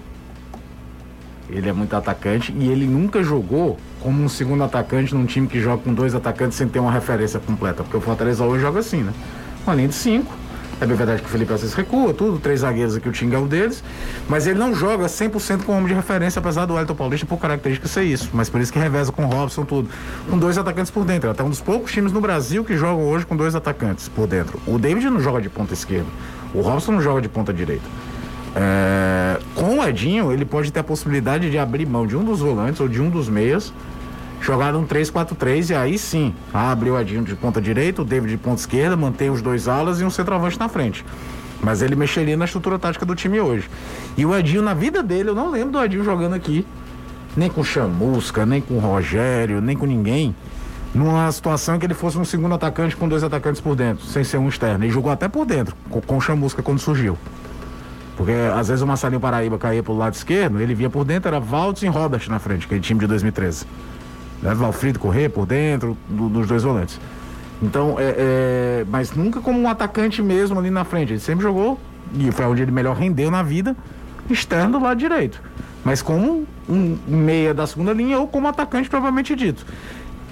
[SPEAKER 6] Ele é muito atacante e ele nunca jogou como um segundo atacante num time que joga com dois atacantes sem ter uma referência completa. Porque o Fortaleza hoje joga assim, né? Uma linha de cinco. É bem verdade que o Felipe Assis recua, tudo, três zagueiros aqui, o Tinga é um deles. Mas ele não joga 100% com homem de referência, apesar do Elton Paulista por característica ser isso. Mas por isso que reveza com o Robson, tudo. Com dois atacantes por dentro. Até um dos poucos times no Brasil que jogam hoje com dois atacantes por dentro. O David não joga de ponta esquerda. O Robson não joga de ponta direita. É, com o Edinho, ele pode ter a possibilidade de abrir mão de um dos volantes ou de um dos meias, jogar um 3-4-3 e aí sim, abre o Edinho de ponta direita, o David de ponta esquerda, mantém os dois alas e um centroavante na frente. Mas ele mexeria na estrutura tática do time hoje. E o Edinho, na vida dele, eu não lembro do Edinho jogando aqui, nem com Chamusca, nem com Rogério, nem com ninguém, numa situação em que ele fosse um segundo atacante com dois atacantes por dentro, sem ser um externo. Ele jogou até por dentro, com, com Chamusca quando surgiu. Porque às vezes o Marcelinho Paraíba caía pro lado esquerdo, ele via por dentro, era Valdes e Robert na frente, aquele time de 2013. Né? Valfrido correr por dentro do- dos dois volantes. Então, é, é, mas nunca como um atacante mesmo ali na frente. Ele sempre jogou, e foi onde ele melhor rendeu na vida, externo do lado direito. Mas como um meia da segunda linha ou como atacante propriamente dito.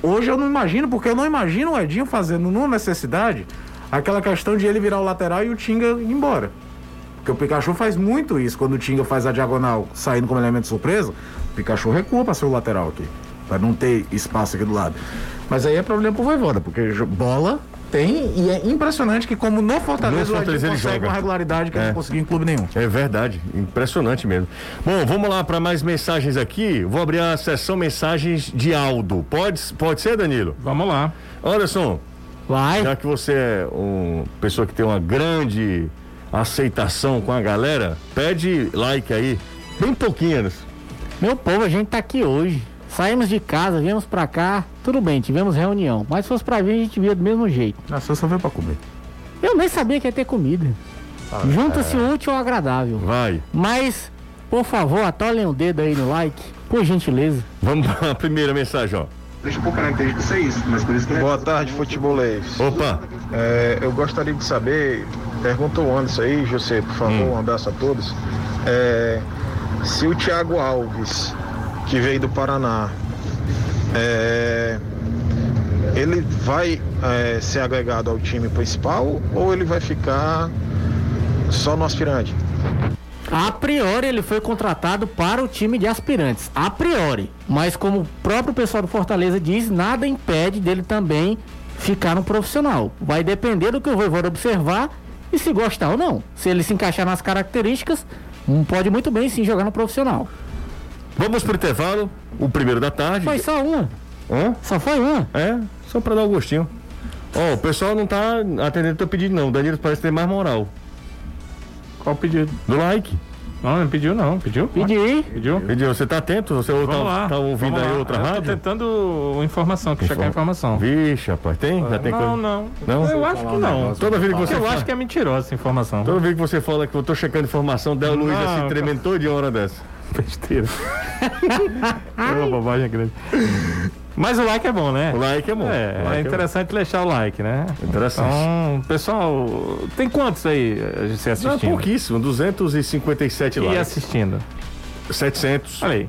[SPEAKER 6] Hoje eu não imagino, porque eu não imagino o Edinho fazendo, numa necessidade, aquela questão de ele virar o lateral e o Tinga ir embora. Porque o Pikachu faz muito isso. Quando o Tinga faz a diagonal saindo como elemento surpresa, o Pikachu recua para ser o lateral aqui. Para não ter espaço aqui do lado. Mas aí é problema pro Voivoda, porque jo- bola tem e é impressionante que como no Fortaleza,
[SPEAKER 1] No Fortaleza
[SPEAKER 6] o
[SPEAKER 1] ele
[SPEAKER 6] Edinho consegue
[SPEAKER 1] joga.
[SPEAKER 6] uma regularidade que ele
[SPEAKER 1] É.
[SPEAKER 6] não conseguiu em clube nenhum.
[SPEAKER 1] É verdade, impressionante mesmo. Bom, vamos lá para mais mensagens aqui. Vou abrir a sessão mensagens de Aldo. Pode, pode ser, Danilo?
[SPEAKER 2] Vamos lá.
[SPEAKER 1] Anderson,
[SPEAKER 3] Vai.
[SPEAKER 1] já que você é uma pessoa que tem uma grande aceitação com a galera, pede like aí. Bem pouquinho, Anderson.
[SPEAKER 3] Meu povo, a gente tá aqui hoje. Saímos de casa, viemos pra cá. Tudo bem, tivemos reunião. Mas se fosse pra vir, a gente via do mesmo jeito.
[SPEAKER 6] Nossa, só veio para comer. Ah,
[SPEAKER 3] Eu nem sabia que ia ter comida.
[SPEAKER 6] é.
[SPEAKER 3] Junta-se o útil ao agradável.
[SPEAKER 1] Vai.
[SPEAKER 3] Mas, por favor, atolhem o dedo aí no like, por gentileza.
[SPEAKER 1] Vamos para a primeira mensagem, ó.
[SPEAKER 7] Boa tarde, futebolês.
[SPEAKER 1] Opa,
[SPEAKER 7] É, eu gostaria de saber, perguntou o Anderson aí, José, por favor,
[SPEAKER 8] Hum.
[SPEAKER 7] um abraço a todos. É, se o Thiago Alves, que veio do Paraná, é, ele vai é, ser agregado ao time principal ou ele vai ficar só no aspirante?
[SPEAKER 3] A priori, ele foi contratado para o time de aspirantes. A priori. Mas, como o próprio pessoal do Fortaleza diz, nada impede dele também ficar no profissional. Vai depender do que o Voivoda observar e se gostar ou não. Se ele se encaixar nas características, hum, pode muito bem sim jogar no profissional.
[SPEAKER 1] vamos pro intervalo, o primeiro da tarde.
[SPEAKER 3] Foi só uma.
[SPEAKER 1] Hã?
[SPEAKER 3] Só foi um? uma.
[SPEAKER 1] É, só pra dar o gostinho. Ó, o pessoal não tá atendendo teu pedido, não. O Danilo parece ter mais moral.
[SPEAKER 2] Qual o pedido?
[SPEAKER 1] Do like.
[SPEAKER 2] Não, não pediu não. Pediu?
[SPEAKER 3] Pedi aí.
[SPEAKER 2] Pediu?
[SPEAKER 1] Pediu, você tá atento? Você ou
[SPEAKER 2] Vamos
[SPEAKER 1] tá,
[SPEAKER 2] lá.
[SPEAKER 1] tá ouvindo
[SPEAKER 2] Vamos
[SPEAKER 1] aí
[SPEAKER 2] lá.
[SPEAKER 1] outra
[SPEAKER 2] Eu tô
[SPEAKER 1] rádio?
[SPEAKER 2] tentando informação, que checar a informação.
[SPEAKER 1] Vixe, rapaz, tem? Já tem
[SPEAKER 2] não,
[SPEAKER 1] coisa?
[SPEAKER 2] não,
[SPEAKER 1] tá Não? um
[SPEAKER 2] Eu acho que não.
[SPEAKER 1] Toda vez que você
[SPEAKER 2] Eu
[SPEAKER 1] fala,
[SPEAKER 2] acho que é mentirosa essa informação.
[SPEAKER 1] toda vez que você fala que eu tô checando informação, Del Luiz
[SPEAKER 2] Não,
[SPEAKER 1] assim
[SPEAKER 2] cara.
[SPEAKER 1] tremendo todo de hora dessa.
[SPEAKER 2] Besteira. é uma bobagem grande. Mas o like é bom, né?
[SPEAKER 1] O like é bom.
[SPEAKER 2] É,
[SPEAKER 1] O
[SPEAKER 2] é
[SPEAKER 1] like
[SPEAKER 2] interessante deixar o like, né?
[SPEAKER 1] Interessante.
[SPEAKER 2] Então, pessoal, tem quantos aí eh, se
[SPEAKER 1] Não, é
[SPEAKER 2] assistindo?
[SPEAKER 1] pouquíssimo, 257
[SPEAKER 2] e assim- Ah.
[SPEAKER 1] likes.
[SPEAKER 2] assistindo?
[SPEAKER 1] 700.
[SPEAKER 2] Olha aí.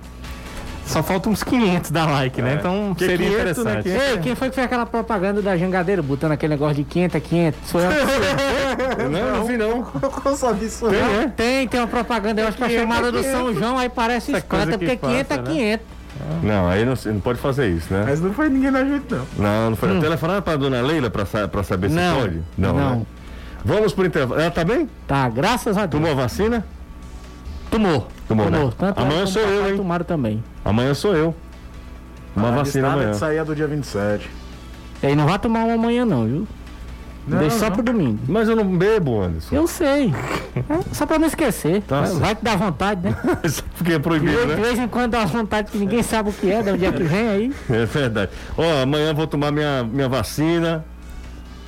[SPEAKER 2] Só faltam uns 500 da like, né? Então
[SPEAKER 1] Porque
[SPEAKER 2] seria
[SPEAKER 1] 500, É. né,
[SPEAKER 2] interessante.
[SPEAKER 1] 500.
[SPEAKER 3] Ei, quem foi que fez aquela propaganda da jangadeira botando aquele negócio de 500, 500? Sou eu.
[SPEAKER 1] Não, não vi não.
[SPEAKER 6] Eu só vi isso.
[SPEAKER 3] Não, Tem, tem uma propaganda, eu acho que a
[SPEAKER 2] 500,
[SPEAKER 3] chamada do São João, aí parece
[SPEAKER 2] Essa coisa
[SPEAKER 3] escrota,
[SPEAKER 2] que
[SPEAKER 3] porque
[SPEAKER 2] passa,
[SPEAKER 3] 500 é
[SPEAKER 2] né?
[SPEAKER 3] 500.
[SPEAKER 1] Não, aí não, não pode fazer isso, né?
[SPEAKER 6] Mas não foi ninguém da gente, não.
[SPEAKER 1] Não, não foi. Hum. Telefonar pra dona Leila pra, sa- pra saber
[SPEAKER 3] Não.
[SPEAKER 1] se pode?
[SPEAKER 3] Não.
[SPEAKER 1] né? Vamos pro intervalo. Ela tá bem?
[SPEAKER 3] Tá, graças a Deus.
[SPEAKER 1] Tomou a vacina?
[SPEAKER 3] Tomou.
[SPEAKER 1] Tomou, né?
[SPEAKER 3] Tanto
[SPEAKER 2] é
[SPEAKER 1] Amanhã
[SPEAKER 3] ela como
[SPEAKER 1] sou
[SPEAKER 3] o
[SPEAKER 2] tá
[SPEAKER 1] eu,
[SPEAKER 3] papai
[SPEAKER 1] hein?
[SPEAKER 3] Tomaram é, também.
[SPEAKER 1] Amanhã sou eu. Uma
[SPEAKER 6] A
[SPEAKER 1] vacina
[SPEAKER 6] listada
[SPEAKER 1] amanhã.
[SPEAKER 6] de sair é do dia 27.
[SPEAKER 3] E aí não vai tomar uma amanhã não, viu? Deixa só pro domingo.
[SPEAKER 1] Mas eu não bebo, Anderson.
[SPEAKER 3] Eu sei. É, só pra não esquecer. Vai-
[SPEAKER 1] Tá certo.
[SPEAKER 3] Vai que dá vontade, né?
[SPEAKER 1] Porque é proibido,
[SPEAKER 3] De
[SPEAKER 1] né?
[SPEAKER 3] vez em quando dá vontade que ninguém sabe o que é, de onde é que vem aí.
[SPEAKER 1] É verdade. Ó, amanhã eu vou tomar minha, minha vacina.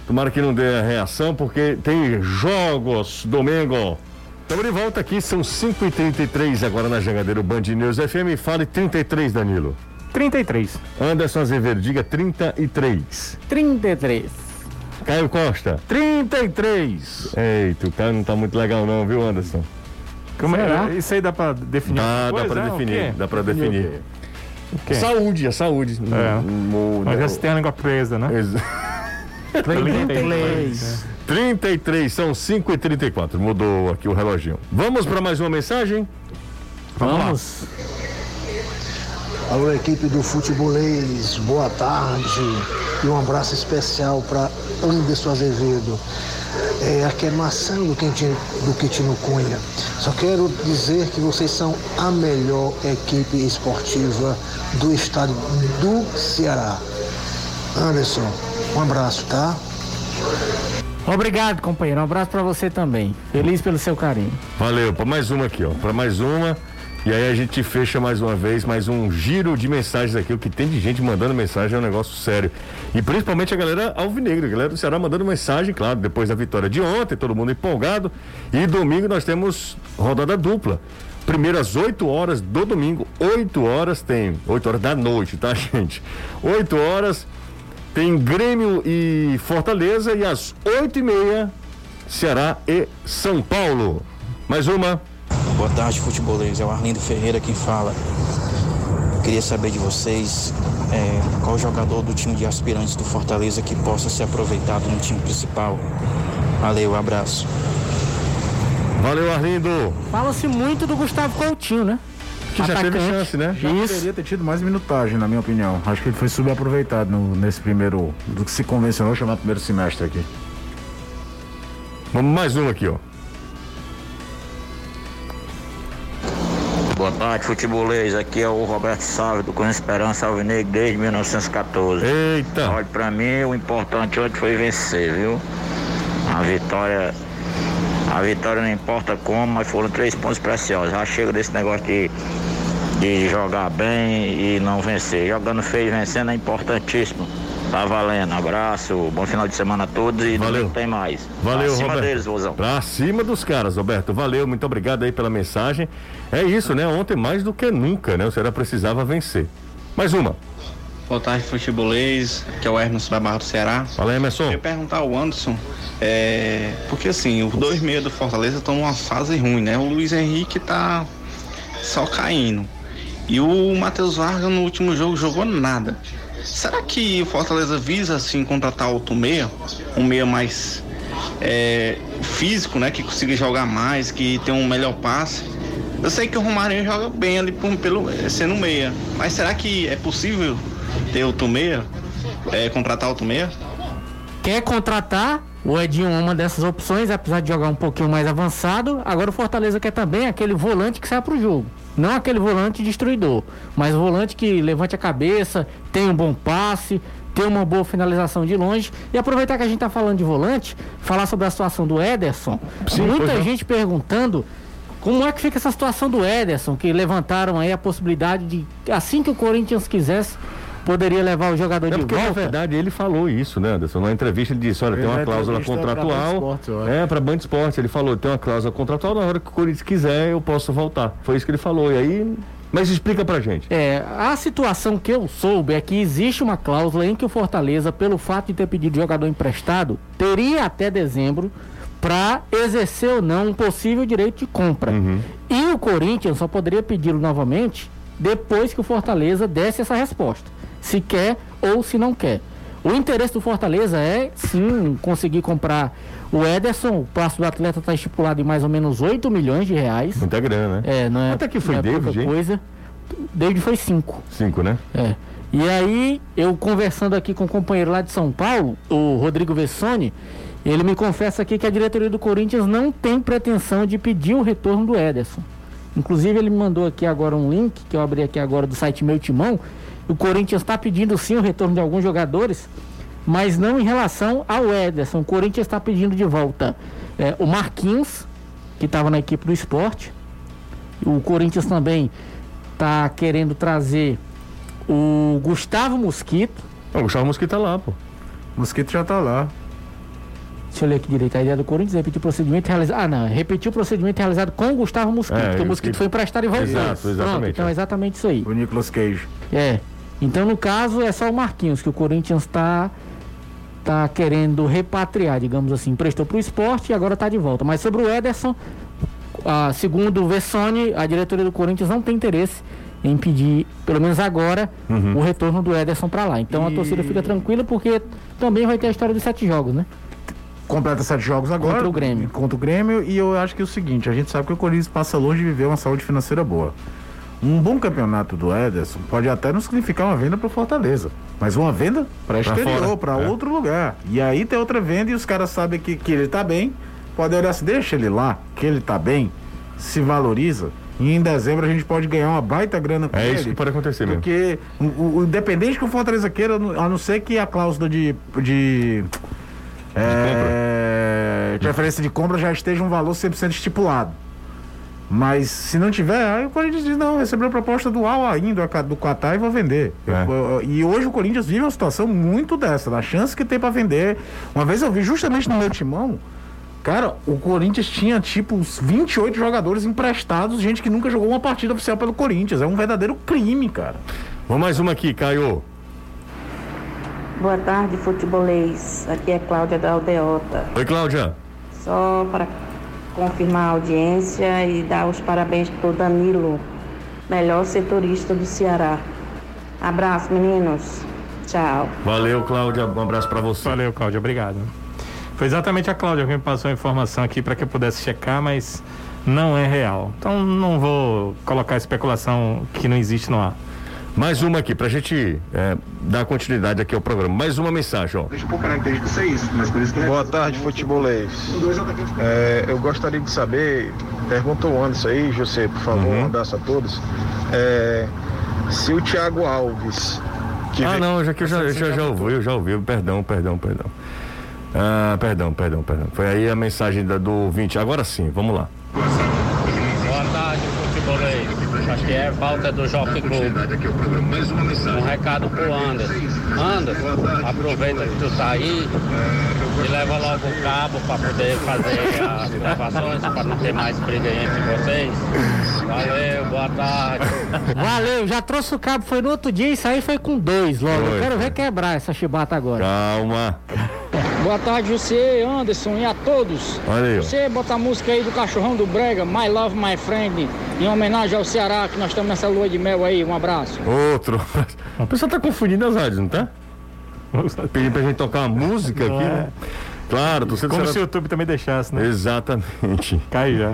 [SPEAKER 1] Tomara que não dê reação, porque tem jogos domingo. Estamos de volta aqui, são 5h33 agora na Jangadeiro Band News FM. Fale 33, Danilo.
[SPEAKER 2] 33.
[SPEAKER 1] Anderson Azevedo, diga 33.
[SPEAKER 3] 33.
[SPEAKER 1] Caio Costa.
[SPEAKER 6] 33.
[SPEAKER 1] Eita, o Caio não tá muito legal não, viu, Anderson?
[SPEAKER 2] Como
[SPEAKER 3] Será?
[SPEAKER 2] é? Isso aí dá pra definir?
[SPEAKER 1] Ah, Dá,
[SPEAKER 2] alguma
[SPEAKER 1] dá pra
[SPEAKER 2] coisa? é, O
[SPEAKER 1] definir,
[SPEAKER 2] quê?
[SPEAKER 1] dá pra definir.
[SPEAKER 2] quê?
[SPEAKER 1] Saúde, é saúde.
[SPEAKER 2] É.
[SPEAKER 1] Hum,
[SPEAKER 2] Mas já
[SPEAKER 1] hum,
[SPEAKER 2] se tem a língua presa, né?
[SPEAKER 1] Ex-
[SPEAKER 2] 33.
[SPEAKER 1] 33, são 5 e 34 Mudou aqui o reloginho. Vamos para mais uma mensagem?
[SPEAKER 3] Vamos.
[SPEAKER 9] Alô, equipe do Futebolês, boa tarde e um abraço especial para Anderson Azevedo. É, aqui é Maçã do Quintino, do Quintino Cunha. Só quero dizer que vocês são a melhor equipe esportiva do estado do Ceará. Anderson, um abraço, tá?
[SPEAKER 3] Obrigado, companheiro. Um abraço pra você também. Feliz pelo seu carinho.
[SPEAKER 1] Valeu, para mais uma aqui, ó. Para mais uma. E aí a gente fecha mais uma vez, mais um giro de mensagens aqui. O que tem de gente mandando mensagem é um negócio sério. E principalmente a galera alvinegra, a galera do Ceará mandando mensagem, claro, depois da vitória de ontem, todo mundo empolgado. E domingo nós temos rodada dupla. Primeiro às 8 horas do domingo, 8 horas tem, 8 horas da noite, tá, gente? 8 horas tem Grêmio e Fortaleza e às 8 e meia Ceará e São Paulo. Mais uma.
[SPEAKER 8] Boa tarde, futebolês. É o Arlindo Ferreira quem fala. Queria saber de vocês é, qual jogador do time de aspirantes do Fortaleza que possa ser aproveitado no time principal. Valeu, abraço.
[SPEAKER 1] Valeu, Arlindo.
[SPEAKER 3] Fala-se muito do Gustavo Coutinho, né?
[SPEAKER 1] Que já teve
[SPEAKER 3] Atacante.
[SPEAKER 1] chance, né?
[SPEAKER 6] Já deveria ter tido mais minutagem, na minha opinião. Acho que ele foi subaproveitado no- nesse primeiro. do que se convencionou chamar primeiro semestre aqui.
[SPEAKER 1] Vamos mais uma aqui, ó.
[SPEAKER 8] Boa tarde, futebolês. Aqui é o Roberto Sávio, do Com Esperança Alvinegro, desde 1914.
[SPEAKER 1] Eita.
[SPEAKER 8] Olha, pra mim o importante hoje foi vencer, viu? A vitória. A vitória não importa como, mas foram três pontos preciosos. Já chega desse negócio de, de jogar bem e não vencer. Jogando feio e vencendo é importantíssimo. Tá valendo. Abraço, bom final de semana a todos e
[SPEAKER 1] Valeu.
[SPEAKER 8] não tem mais.
[SPEAKER 1] Valeu,
[SPEAKER 8] Acima
[SPEAKER 1] Roberto.
[SPEAKER 8] deles, vozão.
[SPEAKER 1] Pra cima dos caras, Roberto. Valeu, muito obrigado aí pela mensagem. É isso, né? Ontem mais do que nunca, né? O Ceará precisava vencer. Mais uma.
[SPEAKER 8] Boa tarde, futebolês, que é o Hermes Barra do Ceará.
[SPEAKER 1] Fala aí,
[SPEAKER 8] Eu
[SPEAKER 1] Emerson.
[SPEAKER 8] ia perguntar ao Anderson, é, porque assim, os dois meias do Fortaleza estão numa fase ruim, né? O Luiz Henrique tá só caindo. E o Matheus Vargas no último jogo jogou nada. Será que o Fortaleza visa assim contratar outro meia? Um meia mais é, físico, né? Que consiga jogar mais, que tenha um melhor passe. Eu sei que o Romarinho joga bem ali por- pelo, sendo meia. Mas será que é possível ter outro meia? É, contratar outro meia?
[SPEAKER 3] Quer contratar? O Edinho é uma dessas opções, apesar de jogar um pouquinho mais avançado. Agora o Fortaleza quer também aquele volante que sai pro jogo. Não aquele volante destruidor, mas o volante que levante a cabeça, tem um bom passe, tem uma boa finalização de longe. E aproveitar que a gente tá falando de volante, falar sobre a situação do Ederson. Muita
[SPEAKER 1] pois é. não.
[SPEAKER 3] gente perguntando como é que fica essa situação do Ederson, que levantaram aí a possibilidade de, assim que o Corinthians quisesse, poderia levar o jogador
[SPEAKER 1] É
[SPEAKER 3] de
[SPEAKER 1] porque, na
[SPEAKER 3] volta.
[SPEAKER 1] verdade, ele falou isso, né, Anderson? Na entrevista ele disse, olha, tem uma
[SPEAKER 6] na
[SPEAKER 1] cláusula
[SPEAKER 6] entrevista é pra Band
[SPEAKER 1] contratual.
[SPEAKER 6] Esportes, eu acho.
[SPEAKER 1] É, pra Band Esporte. Ele falou, tem uma cláusula contratual, na hora que o Corinthians quiser, eu posso voltar. Foi isso que ele falou. E aí... Mas explica pra gente.
[SPEAKER 3] É, a situação que eu soube é que existe uma cláusula em que o Fortaleza, pelo fato de ter pedido jogador emprestado, teria até dezembro para exercer ou não um possível direito de compra. E o Corinthians só poderia pedi-lo novamente depois que o Fortaleza desse essa resposta, se quer ou se não quer. O interesse do Fortaleza é, sim, conseguir comprar o Ederson. O passo do atleta está estipulado em mais ou menos 8 milhões de reais.
[SPEAKER 1] Muita grana, né?
[SPEAKER 3] É, não é,
[SPEAKER 1] Quanto é que foi
[SPEAKER 3] não é pouca
[SPEAKER 1] David, hein?
[SPEAKER 3] coisa. David foi 5.
[SPEAKER 1] Cinco, né?
[SPEAKER 3] É. E aí, eu conversando aqui com um companheiro lá de São Paulo, o Rodrigo Vessone, ele me confessa aqui que a diretoria do Corinthians não tem pretensão de pedir o retorno do Ederson. Inclusive, ele me mandou aqui agora um link, que eu tá abri aqui agora do site Meu Timão. O Corinthians está pedindo sim o retorno de alguns jogadores, mas não em relação ao Ederson. O Corinthians está pedindo de volta é, o Marquinhos, que estava na equipe do esporte. O Corinthians também está querendo trazer o Gustavo Mosquito.
[SPEAKER 1] O Gustavo Mosquito tá lá, pô.
[SPEAKER 6] Mosquito já tá lá.
[SPEAKER 3] Deixa eu ler aqui direito. A ideia do Corinthians é repetir o procedimento realizado. Ah, não. Repetir o procedimento realizado com o Gustavo Mosquito.
[SPEAKER 1] É,
[SPEAKER 3] porque o
[SPEAKER 1] eu-
[SPEAKER 3] Mosquito foi emprestado e voltou.
[SPEAKER 1] Exato, exatamente,
[SPEAKER 3] Pronto, então é
[SPEAKER 1] é.
[SPEAKER 3] exatamente isso aí.
[SPEAKER 6] O Nicolas Cage.
[SPEAKER 3] É. Então, no caso, é só o Marquinhos que o Corinthians está tá querendo repatriar, digamos assim. Emprestou para o esporte e agora está de volta. Mas sobre o Ederson, ah, segundo o Vessone, a diretoria do Corinthians não tem interesse em pedir, pelo menos agora,
[SPEAKER 10] Uhum.
[SPEAKER 3] o retorno do Ederson para lá. Então a torcida fica tranquila porque também vai ter a história dos sete jogos, né?
[SPEAKER 6] Completa sete jogos agora.
[SPEAKER 3] Contra o Grêmio.
[SPEAKER 6] Contra o Grêmio. E eu acho que é o seguinte: a gente sabe que o Corinthians passa longe de viver uma saúde financeira boa. Um bom campeonato do Ederson pode até não significar uma venda para Fortaleza, mas uma venda para exterior,
[SPEAKER 1] fora,
[SPEAKER 6] para
[SPEAKER 1] é.
[SPEAKER 6] outro lugar. E aí tem outra venda e os caras sabem que, que ele tá bem, podem olhar assim, deixa ele lá, que ele tá bem, se valoriza. E em dezembro a gente pode ganhar uma baita grana com
[SPEAKER 1] É
[SPEAKER 6] ele.
[SPEAKER 1] isso que pode acontecer mesmo.
[SPEAKER 6] Porque o, o- o- independente que o Fortaleza queira, a não- a não ser que a cláusula de. de. é, de preferência de compra já esteja um valor 100% estipulado. Mas se não tiver, aí o Corinthians diz: não, recebeu a proposta do Al ainda, do Qatar, e vou vender.
[SPEAKER 1] É.
[SPEAKER 6] Eu- eu- E hoje o Corinthians vive uma situação muito dessa, da chance que tem pra vender. Uma vez eu vi justamente no meu timão, cara, o Corinthians tinha tipo uns 28 jogadores emprestados, gente que nunca jogou uma partida oficial pelo Corinthians. É um verdadeiro crime, cara.
[SPEAKER 1] Vamos mais uma aqui, Caio.
[SPEAKER 11] Boa tarde, futebolês. Aqui é Cláudia da Aldeota.
[SPEAKER 1] Oi, Cláudia.
[SPEAKER 11] Só para confirmar a audiência e dar os parabéns pro Danilo, melhor setorista do Ceará. Abraço, meninos. Tchau.
[SPEAKER 1] Valeu, Cláudia. Um abraço pra você.
[SPEAKER 2] Valeu, Cláudia. Obrigado. Foi exatamente a Cláudia que me passou a informação aqui para que eu pudesse checar, mas não é real. Então não vou colocar especulação que não existe no ar.
[SPEAKER 1] Mais uma aqui, pra gente é, dar continuidade aqui ao programa. Mais uma mensagem, ó.
[SPEAKER 7] Boa tarde, futebolês. É, eu gostaria de saber, perguntou antes aí, José, por favor,
[SPEAKER 5] Uhum.
[SPEAKER 7] um abraço a todos. É, se o Thiago Alves. que
[SPEAKER 1] Ah,
[SPEAKER 7] veio-
[SPEAKER 1] não, já que eu já, já, já ouvi, eu já ouvi. Perdão, perdão, perdão. Ah, perdão, perdão, perdão. Foi aí a mensagem da, do ouvinte. Agora sim, vamos lá.
[SPEAKER 12] Boa tarde, futebolês. Acho que é falta do Jockey Club. Um recado pro Anderson. Anderson, aproveita que tu tá aí e leva logo o cabo pra poder fazer as gravações, pra não ter mais briga entre vocês. Valeu, boa tarde.
[SPEAKER 10] É.
[SPEAKER 3] Valeu, já trouxe o cabo, foi no outro dia e aí foi com dois logo.
[SPEAKER 12] Foi,
[SPEAKER 3] eu quero ver quebrar essa chibata agora.
[SPEAKER 1] Calma.
[SPEAKER 10] Boa tarde, você, Anderson e a todos.
[SPEAKER 1] Olha
[SPEAKER 2] Então.
[SPEAKER 1] aí, ó.
[SPEAKER 10] Você bota a música aí do Cachorrão do Brega, My Love, My Friend, em homenagem ao Ceará, que nós estamos nessa lua de mel aí. Um abraço.
[SPEAKER 1] Outro. A pessoa tá confundindo as rádios, não tá? Pedindo pra gente tocar uma música
[SPEAKER 2] Não
[SPEAKER 1] aqui,
[SPEAKER 2] é.
[SPEAKER 1] né? Claro, tô sendo
[SPEAKER 2] Como se o YouTube também deixasse, né?
[SPEAKER 1] Exatamente.
[SPEAKER 2] Cai já.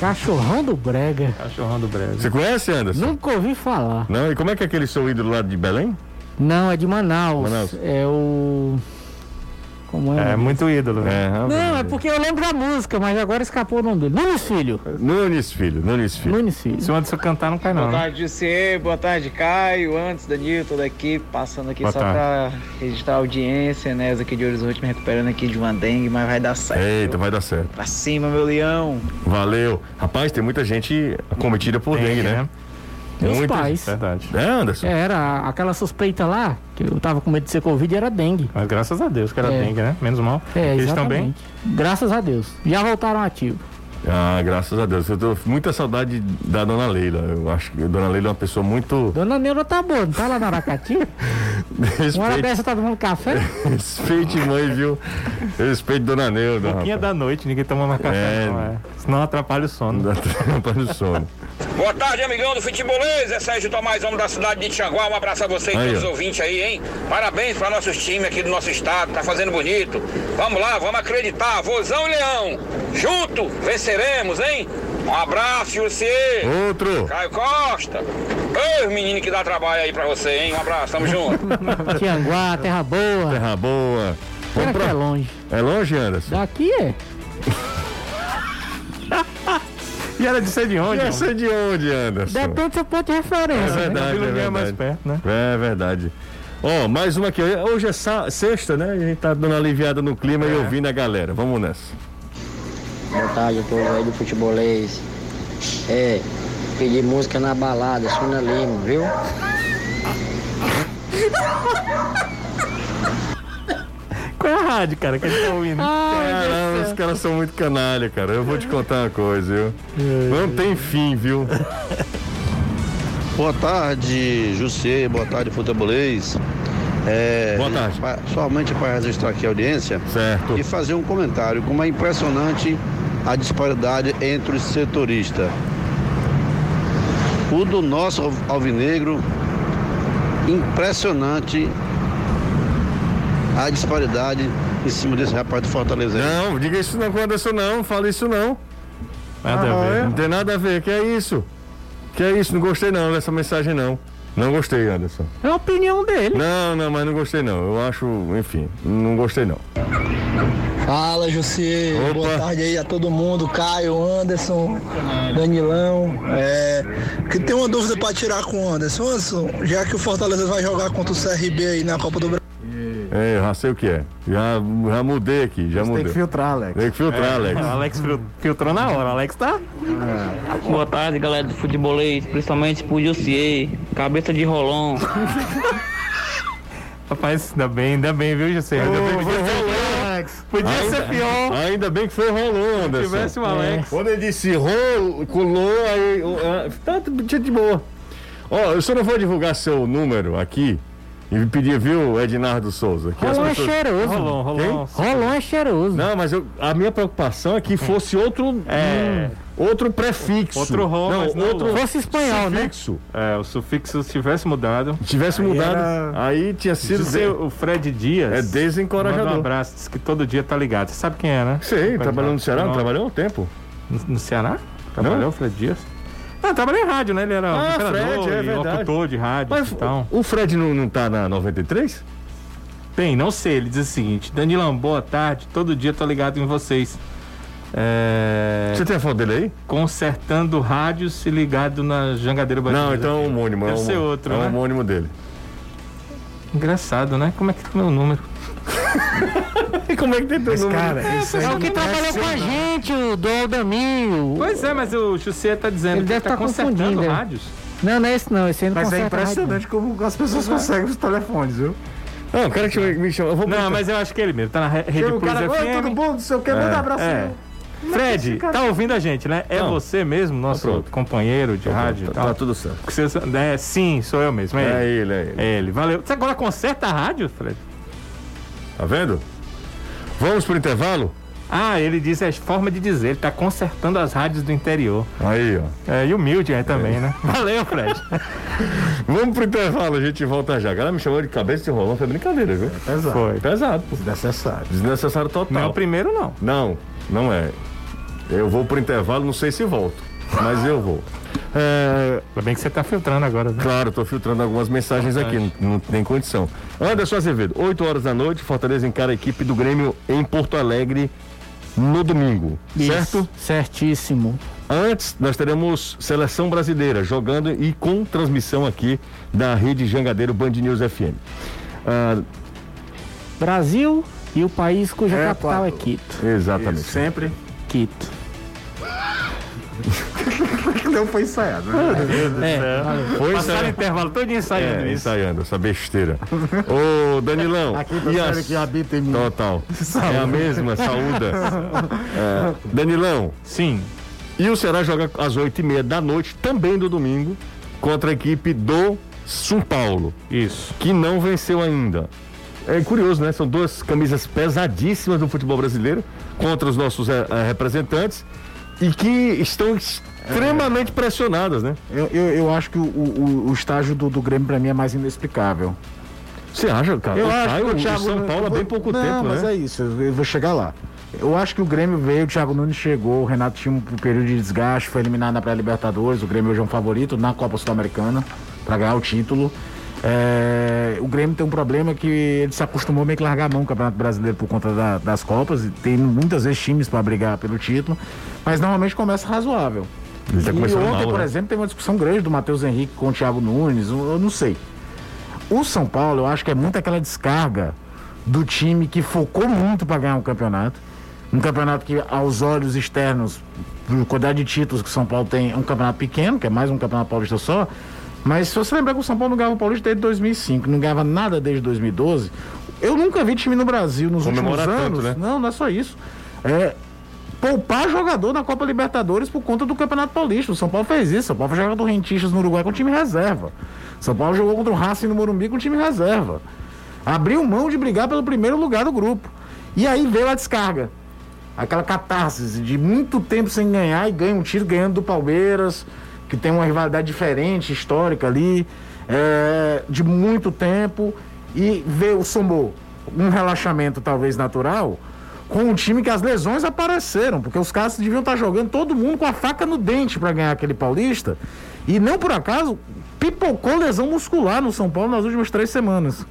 [SPEAKER 3] Cachorrão do Brega.
[SPEAKER 2] Cachorrão do Brega.
[SPEAKER 1] Você conhece, Anderson?
[SPEAKER 3] Nunca ouvi falar.
[SPEAKER 1] Não, e como é que é aquele seu ídolo lá de Belém?
[SPEAKER 3] Não, é de Manaus.
[SPEAKER 1] Manaus.
[SPEAKER 3] É o. Como é?
[SPEAKER 2] É muito ídolo,
[SPEAKER 1] né?
[SPEAKER 3] Não, é porque eu lembro a música, mas agora escapou o nome dele. Nunes Filho.
[SPEAKER 2] É.
[SPEAKER 1] Nunes Filho, Nunes Filho.
[SPEAKER 3] Nunes Filho.
[SPEAKER 2] Se o Anderson cantar, não cai não.
[SPEAKER 5] Boa
[SPEAKER 2] né?
[SPEAKER 5] tarde, Jussiê. Boa tarde, Caio. Antes, Danilo, toda a equipe, passando aqui
[SPEAKER 2] Boa
[SPEAKER 5] só
[SPEAKER 2] tarde.
[SPEAKER 5] pra registrar a audiência, né? Os aqui de Horizonte me recuperando aqui de uma dengue, mas vai dar certo.
[SPEAKER 1] Eita, vai dar certo.
[SPEAKER 5] Pra cima, meu leão.
[SPEAKER 1] Valeu. Rapaz, tem muita gente acometida por dengue, né?
[SPEAKER 2] é
[SPEAKER 3] Tem os
[SPEAKER 1] Muita-
[SPEAKER 3] pais.
[SPEAKER 2] Verdade.
[SPEAKER 1] É, Anderson?
[SPEAKER 3] Era aquela suspeita lá, que eu tava com medo de ser Covid, era dengue.
[SPEAKER 2] Mas graças a Deus que era
[SPEAKER 3] É.
[SPEAKER 2] dengue, né? Menos mal.
[SPEAKER 3] É,
[SPEAKER 2] Eles estão bem?
[SPEAKER 3] exatamente. Graças a Deus. Já voltaram ativo.
[SPEAKER 1] Ah, graças a Deus. Eu tô com muita saudade da dona Leila. Eu acho que a dona Leila é uma pessoa muito.
[SPEAKER 3] Dona Neura tá boa, não tá lá na Aracati? Uma hora
[SPEAKER 1] Respeite,
[SPEAKER 3] dessa tá tomando café?
[SPEAKER 1] respeite mãe, viu? Respeite dona Neuda.
[SPEAKER 2] Pouquinha
[SPEAKER 1] rapaz.
[SPEAKER 2] da noite, ninguém toma mais café, não é? Senão atrapalha o sono.
[SPEAKER 1] Atrapalha o sono.
[SPEAKER 8] Boa tarde, amigão do futebolês. É Sérgio Tomás, homem da cidade de Tianguá. Um abraço a você e
[SPEAKER 1] Aí,
[SPEAKER 8] todos os
[SPEAKER 1] ó.
[SPEAKER 8] ouvintes aí, hein? Parabéns para nossos times aqui do nosso estado. Tá fazendo bonito. Vamos lá, vamos acreditar. Vozão e Leão. Junto, venceremos, hein? Um abraço, José.
[SPEAKER 1] Outro.
[SPEAKER 8] Caio Costa. Ei, menino que dá trabalho aí pra você, hein? Um abraço, tamo junto.
[SPEAKER 3] Tianguá, Terra Boa.
[SPEAKER 1] Terra Boa.
[SPEAKER 3] Será que é longe?
[SPEAKER 1] É longe, Anderson?
[SPEAKER 3] Daqui é.
[SPEAKER 2] E era de ser de onde?
[SPEAKER 1] Ia ser é de onde, Anderson?
[SPEAKER 3] Depende do seu ponto de
[SPEAKER 1] É
[SPEAKER 3] referência. né?
[SPEAKER 1] verdade, é verdade. É verdade. Ó, mais uma aqui. Hoje é sa- sexta, né? A gente tá dando uma aliviada no clima e ouvindo a galera. Vamos nessa.
[SPEAKER 13] Boa tarde, povo aí do futebolês. É, pedir música na balada, Sônia Lima, viu?
[SPEAKER 2] Qual é a rádio, cara, que ele tá ouvindo?
[SPEAKER 1] Caramba, É, os caras são muito canalha, cara. Eu vou te contar uma coisa, viu? Não tem fim, viu?
[SPEAKER 14] Boa tarde, Jussê. Boa tarde, futebolês. É, Boa tarde. Somente para registrar aqui a audiência certo. e fazer um comentário. Como é impressionante a disparidade entre os setoristas. O do nosso al- alvinegro, impressionante a disparidade em cima desse rapaz do Fortaleza.
[SPEAKER 1] Não, diga isso não aconteceu não, fala isso não.
[SPEAKER 14] Nada a ver,
[SPEAKER 1] é?
[SPEAKER 14] né?
[SPEAKER 1] Não tem nada a ver, que é isso? Que é isso? Não gostei não dessa mensagem não. Não gostei, Anderson.
[SPEAKER 3] É a opinião dele.
[SPEAKER 1] Não, não, mas não gostei não. Eu acho, enfim, não gostei não.
[SPEAKER 15] Fala, José. Boa tarde aí a todo mundo. Caio, Anderson, Danilão. É, que tem uma dúvida para tirar com o Anderson. Anderson, já que o Fortaleza vai jogar contra o CRB aí na Copa do Brasil.
[SPEAKER 1] É, eu já sei o que é. Já, já mudei aqui, já mudei.
[SPEAKER 2] tem que
[SPEAKER 5] filtrar, Alex.
[SPEAKER 1] Tem que filtrar,
[SPEAKER 2] É,
[SPEAKER 1] Alex.
[SPEAKER 2] O Alex fil- filtrou na hora, o Alex tá.
[SPEAKER 16] É. Boa tarde, galera do futebolês, principalmente pro Jussier, cabeça de rolão.
[SPEAKER 2] Rapaz, ainda bem, ainda bem, viu, José? Ainda bem que foi rolão. Podia ser pior.
[SPEAKER 1] Ainda bem que foi rolou, Anderson.
[SPEAKER 2] tivesse o Alex.
[SPEAKER 1] Quando ele disse rolo, colou, aí. ó, ah, Tá de de boa. Ó, eu só não vou divulgar seu número aqui e pedir, viu, Ednardo Souza? que as
[SPEAKER 3] Rolon é
[SPEAKER 1] pessoas-
[SPEAKER 3] cheiroso.
[SPEAKER 1] Rolon, Rolon.
[SPEAKER 3] Quem? Rolon é cheiroso.
[SPEAKER 1] Não, mas eu- a minha preocupação é que fosse outro.
[SPEAKER 2] É.
[SPEAKER 1] hum, outro prefixo.
[SPEAKER 2] Outro rolo,
[SPEAKER 1] Não,
[SPEAKER 2] mas não
[SPEAKER 1] outro.
[SPEAKER 2] rolo.
[SPEAKER 3] né?
[SPEAKER 1] sufixo.
[SPEAKER 2] É, o sufixo se tivesse mudado.
[SPEAKER 1] Tivesse mudado, aí tinha sido
[SPEAKER 2] Dizer
[SPEAKER 1] de-
[SPEAKER 2] o Fred Dias. É
[SPEAKER 1] desencorajador.
[SPEAKER 2] Um abraço, diz que todo dia tá ligado. Você sabe quem é, né?
[SPEAKER 1] Sei, trabalhou no Ceará, não trabalhou
[SPEAKER 2] um
[SPEAKER 1] um tempo.
[SPEAKER 2] No, no Ceará? Trabalhou o Fred Dias? Não, trabalhou em rádio, né? Ele era
[SPEAKER 1] Ah,
[SPEAKER 2] operador
[SPEAKER 1] Fred, é
[SPEAKER 2] e
[SPEAKER 1] verdade.
[SPEAKER 2] locutor de rádio então.
[SPEAKER 1] Mas
[SPEAKER 2] e tal.
[SPEAKER 1] O Fred não, não tá na 93?
[SPEAKER 2] Tem, não sei. Ele diz o seguinte: Danilão, boa tarde. Todo dia tô ligado em vocês. É...
[SPEAKER 1] Você tem a foto dele aí?
[SPEAKER 2] Consertando rádios e ligado na Jangadeiro Batista.
[SPEAKER 1] Não, então é homônimo.
[SPEAKER 2] Deve
[SPEAKER 1] é
[SPEAKER 2] ser
[SPEAKER 1] homônimo.
[SPEAKER 2] outro,
[SPEAKER 1] É
[SPEAKER 2] né?
[SPEAKER 1] homônimo dele.
[SPEAKER 2] Engraçado, né? Como é que tem meu número?
[SPEAKER 1] E como é que tem teu
[SPEAKER 2] Mas,
[SPEAKER 1] número?
[SPEAKER 2] cara,
[SPEAKER 1] É,
[SPEAKER 2] isso aí
[SPEAKER 1] mas
[SPEAKER 3] É o
[SPEAKER 1] não
[SPEAKER 3] que
[SPEAKER 1] deve
[SPEAKER 3] trabalhou
[SPEAKER 1] ser,
[SPEAKER 3] com a
[SPEAKER 1] não.
[SPEAKER 3] gente, o do Aldaminho.
[SPEAKER 2] Pois é, mas o Chucê tá dizendo
[SPEAKER 3] Ele
[SPEAKER 2] que
[SPEAKER 3] deve
[SPEAKER 2] tá
[SPEAKER 3] tá
[SPEAKER 2] consertando
[SPEAKER 5] né?
[SPEAKER 3] confundindo, é.
[SPEAKER 2] rádios.
[SPEAKER 3] Não, não é esse não, esse aí não
[SPEAKER 5] Mas é
[SPEAKER 3] conserta rádio,
[SPEAKER 5] impressionante como as pessoas
[SPEAKER 3] Exato.
[SPEAKER 5] conseguem os telefones, viu?
[SPEAKER 1] Não, o cara que me chama.
[SPEAKER 2] Não, mas eu acho que é ele mesmo. Tá na re- Rede
[SPEAKER 1] Tipo,
[SPEAKER 5] Chega o
[SPEAKER 2] Plus
[SPEAKER 5] cara, oi,
[SPEAKER 2] FM.
[SPEAKER 5] tudo bom? Não sei o que, manda um abraço.
[SPEAKER 2] é. Fred, tá ouvindo a gente, né? É
[SPEAKER 5] Não.
[SPEAKER 2] você mesmo, nosso companheiro de rádio e
[SPEAKER 1] tá-
[SPEAKER 2] tal?
[SPEAKER 1] tá tudo certo.
[SPEAKER 2] Porque você- né, sim, sou eu mesmo.
[SPEAKER 1] É
[SPEAKER 2] É,
[SPEAKER 1] ele, é ele.
[SPEAKER 2] É ele. Valeu. Você agora conserta a rádio, Fred? É.
[SPEAKER 1] Tá vendo? Vamos pro intervalo?
[SPEAKER 2] Ah, ele disse, é forma de dizer, ele tá consertando as rádios do interior.
[SPEAKER 1] Aí, ó.
[SPEAKER 2] É, e humilde aí também, né? Valeu, Fred.
[SPEAKER 1] Vamos pro intervalo, a gente volta já. A galera me chamou de cabeça de rolão, foi brincadeira,
[SPEAKER 2] É
[SPEAKER 1] viu?
[SPEAKER 5] pesado.
[SPEAKER 1] Foi pesado.
[SPEAKER 5] Desnecessário.
[SPEAKER 1] Desnecessário total.
[SPEAKER 2] Então, Não é o primeiro, não.
[SPEAKER 1] Não, não é. Eu vou pro intervalo, não sei se volto, mas eu vou. É...
[SPEAKER 2] Ainda bem que você tá filtrando agora, né?
[SPEAKER 1] Claro, tô filtrando algumas mensagens aqui, não, não tem condição. Anderson Azevedo, 8 horas da noite, Fortaleza encara a equipe do Grêmio em Porto Alegre no domingo,
[SPEAKER 3] Isso,
[SPEAKER 1] certo?
[SPEAKER 3] Certíssimo.
[SPEAKER 1] Antes, nós teremos seleção brasileira jogando e com transmissão aqui da rede Jangadeiro Band News FM. Ah,
[SPEAKER 3] Brasil e o país cuja
[SPEAKER 1] É,
[SPEAKER 3] capital
[SPEAKER 1] claro.
[SPEAKER 3] é Quito.
[SPEAKER 1] exatamente.
[SPEAKER 5] Sempre.
[SPEAKER 3] Quito.
[SPEAKER 5] Não foi ensaiado, né?
[SPEAKER 1] Meu Deus do céu. Foi
[SPEAKER 2] Passaram
[SPEAKER 1] ensaiado.
[SPEAKER 2] intervalo todo ensaiando
[SPEAKER 1] É,
[SPEAKER 2] isso.
[SPEAKER 1] ensaiando essa besteira. Ô, Danilão.
[SPEAKER 5] Aqui,
[SPEAKER 1] e
[SPEAKER 5] professor,
[SPEAKER 1] as-
[SPEAKER 5] que habita em mim.
[SPEAKER 1] Total. É a mesma, saúda. É, Danilão.
[SPEAKER 2] Sim.
[SPEAKER 1] E o Ceará joga às 8h30 da noite, também do domingo, contra a equipe do São Paulo.
[SPEAKER 2] Isso.
[SPEAKER 1] Que não venceu ainda. É curioso, né? São duas camisas pesadíssimas do futebol brasileiro contra os nossos eh, eh, representantes e que estão extremamente pressionadas, né?
[SPEAKER 5] Eu, eu, eu acho que o, o, o estágio do, do Grêmio pra mim é mais inexplicável.
[SPEAKER 1] Você acha, cara?
[SPEAKER 5] Eu
[SPEAKER 1] Tá. O
[SPEAKER 5] acho
[SPEAKER 1] Caio,
[SPEAKER 5] que o
[SPEAKER 1] o
[SPEAKER 5] Thiago
[SPEAKER 1] São
[SPEAKER 5] Nunes-
[SPEAKER 1] Paulo há
[SPEAKER 5] eu vou-
[SPEAKER 1] bem pouco
[SPEAKER 5] não,
[SPEAKER 1] tempo,
[SPEAKER 5] mas
[SPEAKER 1] né?
[SPEAKER 5] é isso, eu eu vou chegar lá. Eu acho que o Grêmio veio, o Thiago Nunes chegou, o Renato tinha um período de desgaste, foi eliminado na pré-Libertadores, o Grêmio hoje é um favorito na Copa Sul-Americana pra ganhar o título. É, o Grêmio tem um problema que ele se acostumou meio que largar a mão do Campeonato Brasileiro por conta da- das Copas, e tem muitas vezes times pra brigar pelo título, mas normalmente começa razoável.
[SPEAKER 1] Ele tá
[SPEAKER 5] e
[SPEAKER 1] começando
[SPEAKER 5] ontem,
[SPEAKER 1] mal,
[SPEAKER 5] por
[SPEAKER 1] né?
[SPEAKER 5] exemplo, teve uma discussão grande do Matheus Henrique com o Thiago Nunes, eu eu não sei.
[SPEAKER 6] O São Paulo, eu acho que é muito aquela descarga do time que focou muito para ganhar um campeonato. Um campeonato que, aos olhos externos, por quantidade de títulos que o São Paulo tem, é um campeonato pequeno, que é mais um campeonato paulista só. Mas se você lembrar que o São Paulo não ganhava o Paulista desde 2005, não ganhava nada desde 2012. Eu nunca vi time no Brasil nos últimos
[SPEAKER 1] Comemora tanto,
[SPEAKER 6] anos.
[SPEAKER 1] né?
[SPEAKER 6] Não, não é só isso. É poupar jogador na Copa Libertadores por conta do Campeonato Paulista. O São Paulo fez isso. O São Paulo foi jogar contra o Rentistas no Uruguai com time reserva. O São Paulo jogou contra o Racing no Morumbi com time reserva. Abriu mão de brigar pelo primeiro lugar do grupo. E aí veio a descarga. Aquela catarse de muito tempo sem ganhar e ganha um tiro ganhando do Palmeiras, que tem uma rivalidade diferente, histórica ali, é, de muito tempo. E veio, somou um relaxamento talvez natural, com um time que as lesões apareceram, porque os caras deviam estar jogando todo mundo com a faca no dente para ganhar aquele paulista. E não por acaso pipocou lesão muscular no São Paulo nas últimas três semanas.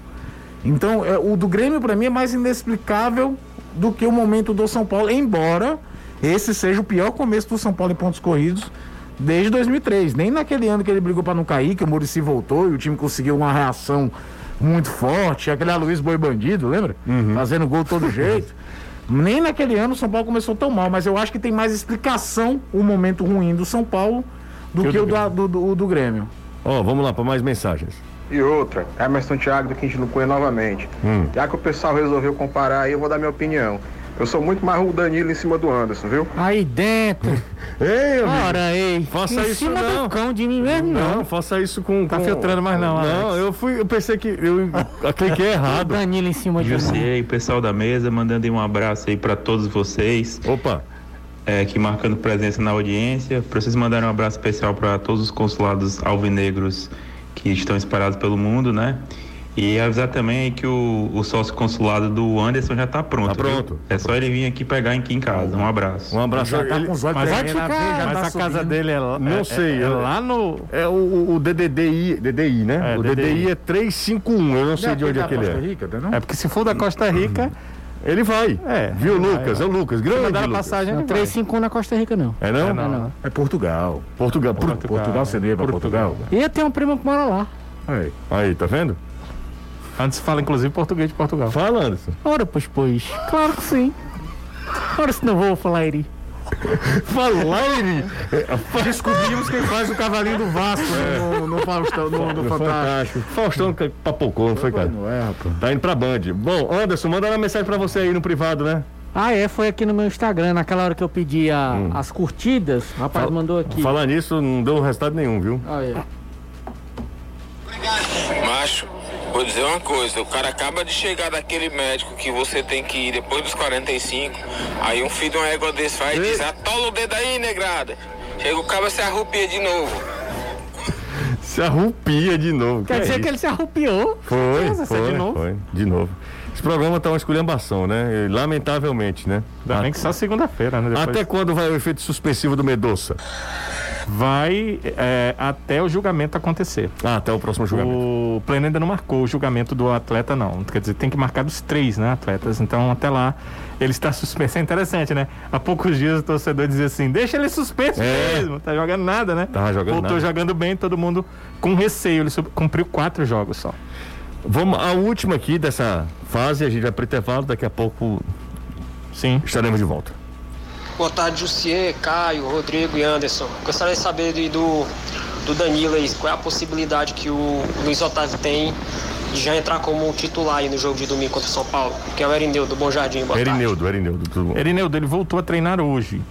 [SPEAKER 6] Então, é, o do Grêmio para mim é mais inexplicável do que o momento do São Paulo, embora esse seja o pior começo do São Paulo em pontos corridos desde 2003. Nem naquele ano que ele brigou para não cair, que o Murici voltou e o time conseguiu uma reação muito forte, aquele Luiz Boi Bandido, lembra? Fazendo gol todo jeito. Nem naquele ano o São Paulo começou tão mal, mas eu acho que tem mais explicação o momento ruim do São Paulo do que, o do, do, do- do Grêmio.
[SPEAKER 1] Ó, vamos lá para mais mensagens.
[SPEAKER 7] E outra, Emerson Thiago do Quintino Cunha novamente.
[SPEAKER 1] Hum.
[SPEAKER 7] Já que o pessoal resolveu comparar aí, eu vou dar minha opinião. Eu sou muito mais o Danilo em cima do Anderson, viu?
[SPEAKER 3] Aí dentro.
[SPEAKER 1] ei,
[SPEAKER 7] amigo.
[SPEAKER 3] Ora, ei.
[SPEAKER 1] Faça
[SPEAKER 3] em
[SPEAKER 1] isso
[SPEAKER 3] cima
[SPEAKER 1] não.
[SPEAKER 3] do cão de mim mesmo, não.
[SPEAKER 1] Não, faça isso com.
[SPEAKER 3] Tá
[SPEAKER 1] com-
[SPEAKER 3] filtrando mais não,
[SPEAKER 1] Não,
[SPEAKER 3] Alex.
[SPEAKER 1] eu fui, eu pensei que. Eu cliquei errado.
[SPEAKER 3] Danilo em cima de mim.
[SPEAKER 5] José e pessoal da mesa, mandando aí um abraço aí para todos vocês.
[SPEAKER 1] Opa!
[SPEAKER 5] É, que marcando presença na audiência. Para vocês mandarem um abraço especial para todos os consulados alvinegros que estão espalhados pelo mundo, né? E avisar também aí que o, o sócio consulado do Anderson já tá pronto. Tá pronto. É só ele vir aqui pegar aqui em casa. Um abraço. Um
[SPEAKER 1] abraço. Já tá Ele- com os olhos Mas vai tremendo, ficar- já
[SPEAKER 2] Mas
[SPEAKER 1] tá
[SPEAKER 2] a casa
[SPEAKER 1] subindo.
[SPEAKER 2] dele é lá.
[SPEAKER 1] Não
[SPEAKER 2] é-
[SPEAKER 1] sei,
[SPEAKER 2] é, é
[SPEAKER 1] eu-
[SPEAKER 2] lá no.
[SPEAKER 1] É o, o, o DDDI, DDI, né?
[SPEAKER 2] É,
[SPEAKER 1] o DDI, é 351, eu não sei de onde é que ele é.
[SPEAKER 2] É porque se for da Costa Rica.
[SPEAKER 1] Ele vai.
[SPEAKER 2] É.
[SPEAKER 1] Viu,
[SPEAKER 2] ele vai,
[SPEAKER 1] Lucas?
[SPEAKER 2] ó.
[SPEAKER 1] É o Lucas,
[SPEAKER 2] Se
[SPEAKER 1] grande
[SPEAKER 2] mandar a
[SPEAKER 1] Lucas.
[SPEAKER 2] passagem,
[SPEAKER 3] Não,
[SPEAKER 2] ele vai.
[SPEAKER 3] 3-5 na Costa Rica, não.
[SPEAKER 1] É não?
[SPEAKER 3] É não.
[SPEAKER 1] É Portugal. Portugal. Por- Portugal, você não ia pra Portugal?
[SPEAKER 3] E eu tenho um primo que mora lá.
[SPEAKER 1] Aí. Aí, tá vendo?
[SPEAKER 2] Antes fala, inclusive, português de Portugal.
[SPEAKER 1] Fala, Anderson.
[SPEAKER 3] Ora, pois, pois. Claro que sim. Ora, se não vou falar iri.
[SPEAKER 1] Falar iri?
[SPEAKER 6] Descobrimos quem faz o cavalinho do Vasco né, no, no Faustão, no, no Fantástico.
[SPEAKER 1] é Faustão que papocou, não foi, cara? Não é, rapaz. Tá indo pra Band. Bom, Anderson, manda uma mensagem pra você aí no privado, né?
[SPEAKER 3] Ah, é, foi aqui no meu Instagram, naquela hora que eu pedi a- as curtidas, o rapaz
[SPEAKER 1] Fal-
[SPEAKER 3] mandou aqui.
[SPEAKER 1] Falar nisso não deu resultado nenhum, viu?
[SPEAKER 3] Ah, é.
[SPEAKER 8] Macho, vou dizer uma coisa, o cara acaba de chegar daquele médico que você tem que ir depois dos 45, aí um filho de uma égua desse vai e diz, atola o dedo aí, negrada. Chega o cara se arrupia de novo.
[SPEAKER 1] Se arrupia de novo. é
[SPEAKER 3] Quer dizer que ele tá se arrupiou?
[SPEAKER 1] Foi,
[SPEAKER 3] Nossa,
[SPEAKER 1] foi,
[SPEAKER 3] é de novo.
[SPEAKER 1] foi, de novo. Esse programa tá uma esculhambação, né? E, Lamentavelmente, né?
[SPEAKER 2] Ainda bem que só segunda-feira, né? Depois-
[SPEAKER 1] Até quando vai o efeito suspensivo do Medoça?
[SPEAKER 2] vai é, até o julgamento acontecer.
[SPEAKER 1] Ah, até o próximo
[SPEAKER 2] julgamento. O pleno ainda não marcou o julgamento do atleta, não. Quer dizer, tem que marcar dos três, né, atletas. Então, até lá, ele está suspenso. É interessante, né? Há poucos dias o torcedor dizia assim, deixa ele suspenso mesmo, não tá jogando nada, né?
[SPEAKER 1] É. Tava jogando
[SPEAKER 2] Voltou
[SPEAKER 1] nada.
[SPEAKER 2] jogando bem, todo mundo com receio. Ele sub- cumpriu quatro jogos só.
[SPEAKER 1] Vamos, a última aqui dessa fase, a gente vai pro intervalo, daqui a pouco.
[SPEAKER 2] Sim.
[SPEAKER 1] Estaremos de volta.
[SPEAKER 17] Boa tarde, Jussier, Caio, Rodrigo e Anderson. Gostaria de saber de- do, do Danilo aí, qual é a possibilidade que o Luiz Otávio tem de já entrar como titular aí no jogo de domingo contra o São Paulo, que é o Erineu do Bom Jardim. Boa tarde.
[SPEAKER 1] Erineudo, Erineudo, tudo bom?
[SPEAKER 2] Erineudo, ele voltou a treinar hoje.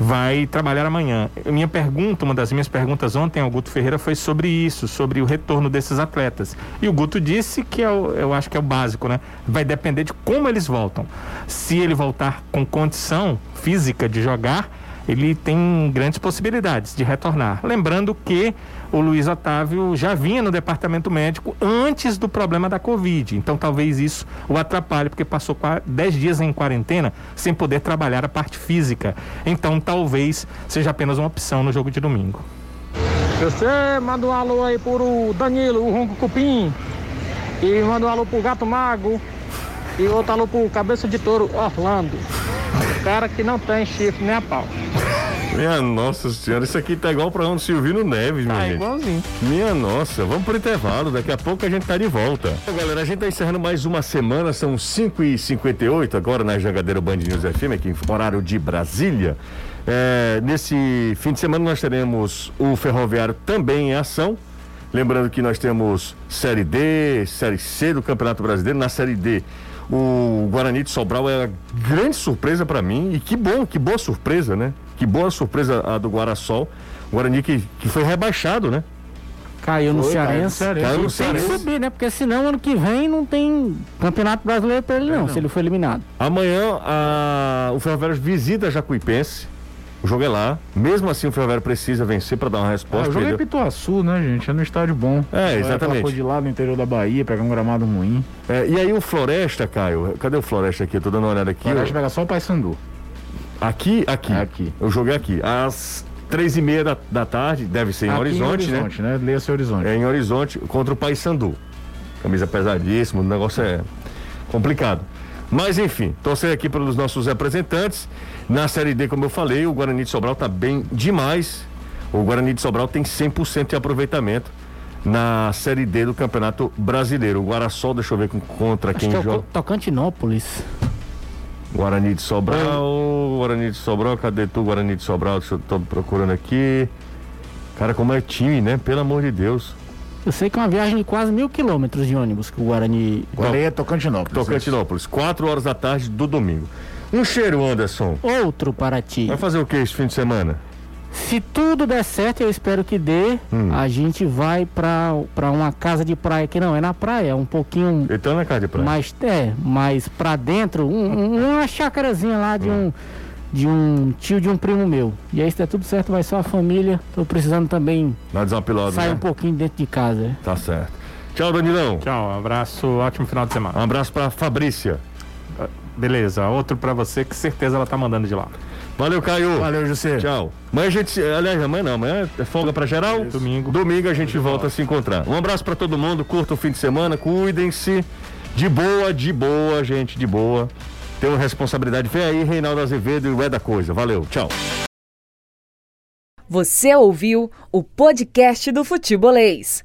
[SPEAKER 2] Vai trabalhar amanhã. Minha pergunta, uma das minhas perguntas ontem ao Guto Ferreira foi sobre isso, sobre o retorno desses atletas. E o Guto disse que é o- eu acho que é o básico, né? Vai depender de como eles voltam. Se ele voltar com condição física de jogar, ele tem grandes possibilidades de retornar. Lembrando que o Luiz Otávio já vinha no departamento médico antes do problema da Covid. Então talvez isso o atrapalhe, porque passou 10 dias em quarentena sem poder trabalhar a parte física. Então talvez seja apenas uma opção no jogo de domingo.
[SPEAKER 18] Você manda um alô aí pro Danilo, o Ronco Cupim. E manda um alô pro Gato Mago. E outro alô pro Cabeça de Touro, Orlando. O cara que não tem chifre nem a pau.
[SPEAKER 1] Minha nossa senhora, isso aqui tá igual o programa do Silvino Neves, minha
[SPEAKER 2] Tá
[SPEAKER 1] gente.
[SPEAKER 2] igualzinho.
[SPEAKER 1] Minha nossa, vamos pro intervalo, daqui a pouco a gente tá de volta. Bom, galera, a gente tá encerrando mais uma semana, são 5h58 agora na Jangadeiro Band News FM, aqui em horário de Brasília. É, nesse fim de semana nós teremos o Ferroviário também em ação. Lembrando que nós temos Série D, Série C do Campeonato Brasileiro. Na Série D, o Guarani de Sobral é a grande surpresa para mim. E que bom, que boa surpresa, né? Que boa surpresa a do Guarasol. O Guarani que, que foi rebaixado, né?
[SPEAKER 3] Caiu no Cearense.
[SPEAKER 1] Caiu no
[SPEAKER 3] Ele tem que
[SPEAKER 1] Cearense.
[SPEAKER 3] subir, né? Porque senão ano que vem não tem campeonato brasileiro pra ele, não, se ele for eliminado.
[SPEAKER 1] Amanhã a- o Ferroviário visita Jacuipense. O jogo é lá. Mesmo assim, o Ferroviário precisa vencer para dar uma resposta.
[SPEAKER 5] Ah, o jogo é em
[SPEAKER 1] entendeu?
[SPEAKER 5] Pituaçu, né, gente? É no estádio bom.
[SPEAKER 1] É,
[SPEAKER 5] Aquela
[SPEAKER 1] exatamente.
[SPEAKER 5] coisa de lá no interior da Bahia, pegar um gramado ruim.
[SPEAKER 1] É, e aí o Floresta, Caio, cadê o Floresta aqui? Eu tô dando uma olhada aqui.
[SPEAKER 5] Floresta É
[SPEAKER 1] pega só o Paysandu. Aqui, aqui. aqui. Eu joguei aqui. Às três e meia da, da tarde, deve ser em
[SPEAKER 5] Aqui
[SPEAKER 1] Horizonte,
[SPEAKER 5] em
[SPEAKER 1] né?
[SPEAKER 5] Horizonte, né? Leia seu Horizonte.
[SPEAKER 1] É em Horizonte contra o Paysandu. Camisa pesadíssima, o negócio é complicado. Mas enfim, torcer aqui pelos nossos representantes. Na Série D, como eu falei, o Guarani de Sobral tá bem demais. O Guarani de Sobral tem 100% de aproveitamento na Série D do Campeonato Brasileiro. O Guarasol, deixa eu ver com- contra
[SPEAKER 3] Acho
[SPEAKER 1] quem
[SPEAKER 3] que é o
[SPEAKER 1] joga.
[SPEAKER 3] Co- Tocantinópolis.
[SPEAKER 1] Guarani de Sobral, É Guarani de Sobral, cadê tu, Guarani de Sobral? Deixa eu tô procurando aqui. Cara, como é time, né? Pelo amor de Deus.
[SPEAKER 3] Eu sei que é uma viagem de quase mil quilômetros de ônibus que o Guarani.
[SPEAKER 1] Guarani é Tocantinópolis. Tocantinópolis, 4 horas da tarde do domingo. Um cheiro, Anderson.
[SPEAKER 3] Outro para ti.
[SPEAKER 1] Vai fazer o que esse fim de semana?
[SPEAKER 3] Se tudo der certo, eu espero que dê. A gente vai pra, pra uma casa de praia que não é na praia, é um pouquinho.
[SPEAKER 1] Então na casa de praia.
[SPEAKER 3] Mais, é, mais pra dentro, um- um- uma chacarazinha lá de um. De um tio de um primo meu. E aí, se der tudo certo, vai só a família. Tô precisando também
[SPEAKER 1] Na desapilada,
[SPEAKER 3] sair
[SPEAKER 1] né?
[SPEAKER 3] um pouquinho dentro de casa.
[SPEAKER 1] Tá certo. Tchau, Danilão.
[SPEAKER 2] Tchau, um abraço, ótimo final de semana. Um
[SPEAKER 1] abraço pra Fabrícia.
[SPEAKER 2] Beleza, outro pra você que certeza ela tá mandando de lá.
[SPEAKER 1] Valeu, Caio.
[SPEAKER 2] Valeu, José.
[SPEAKER 1] Tchau. Amanhã a gente. se- Aliás, amanhã não, amanhã é folga pra geral. Domingo. Domingo a gente volta a se encontrar. Um abraço pra todo mundo, curta o fim de semana, cuidem-se. De boa, de boa, gente, de boa. Tenho responsabilidade. Vem aí, Reinaldo Azevedo e o É da Coisa. Valeu, tchau.
[SPEAKER 19] Você ouviu o podcast do Futebolês.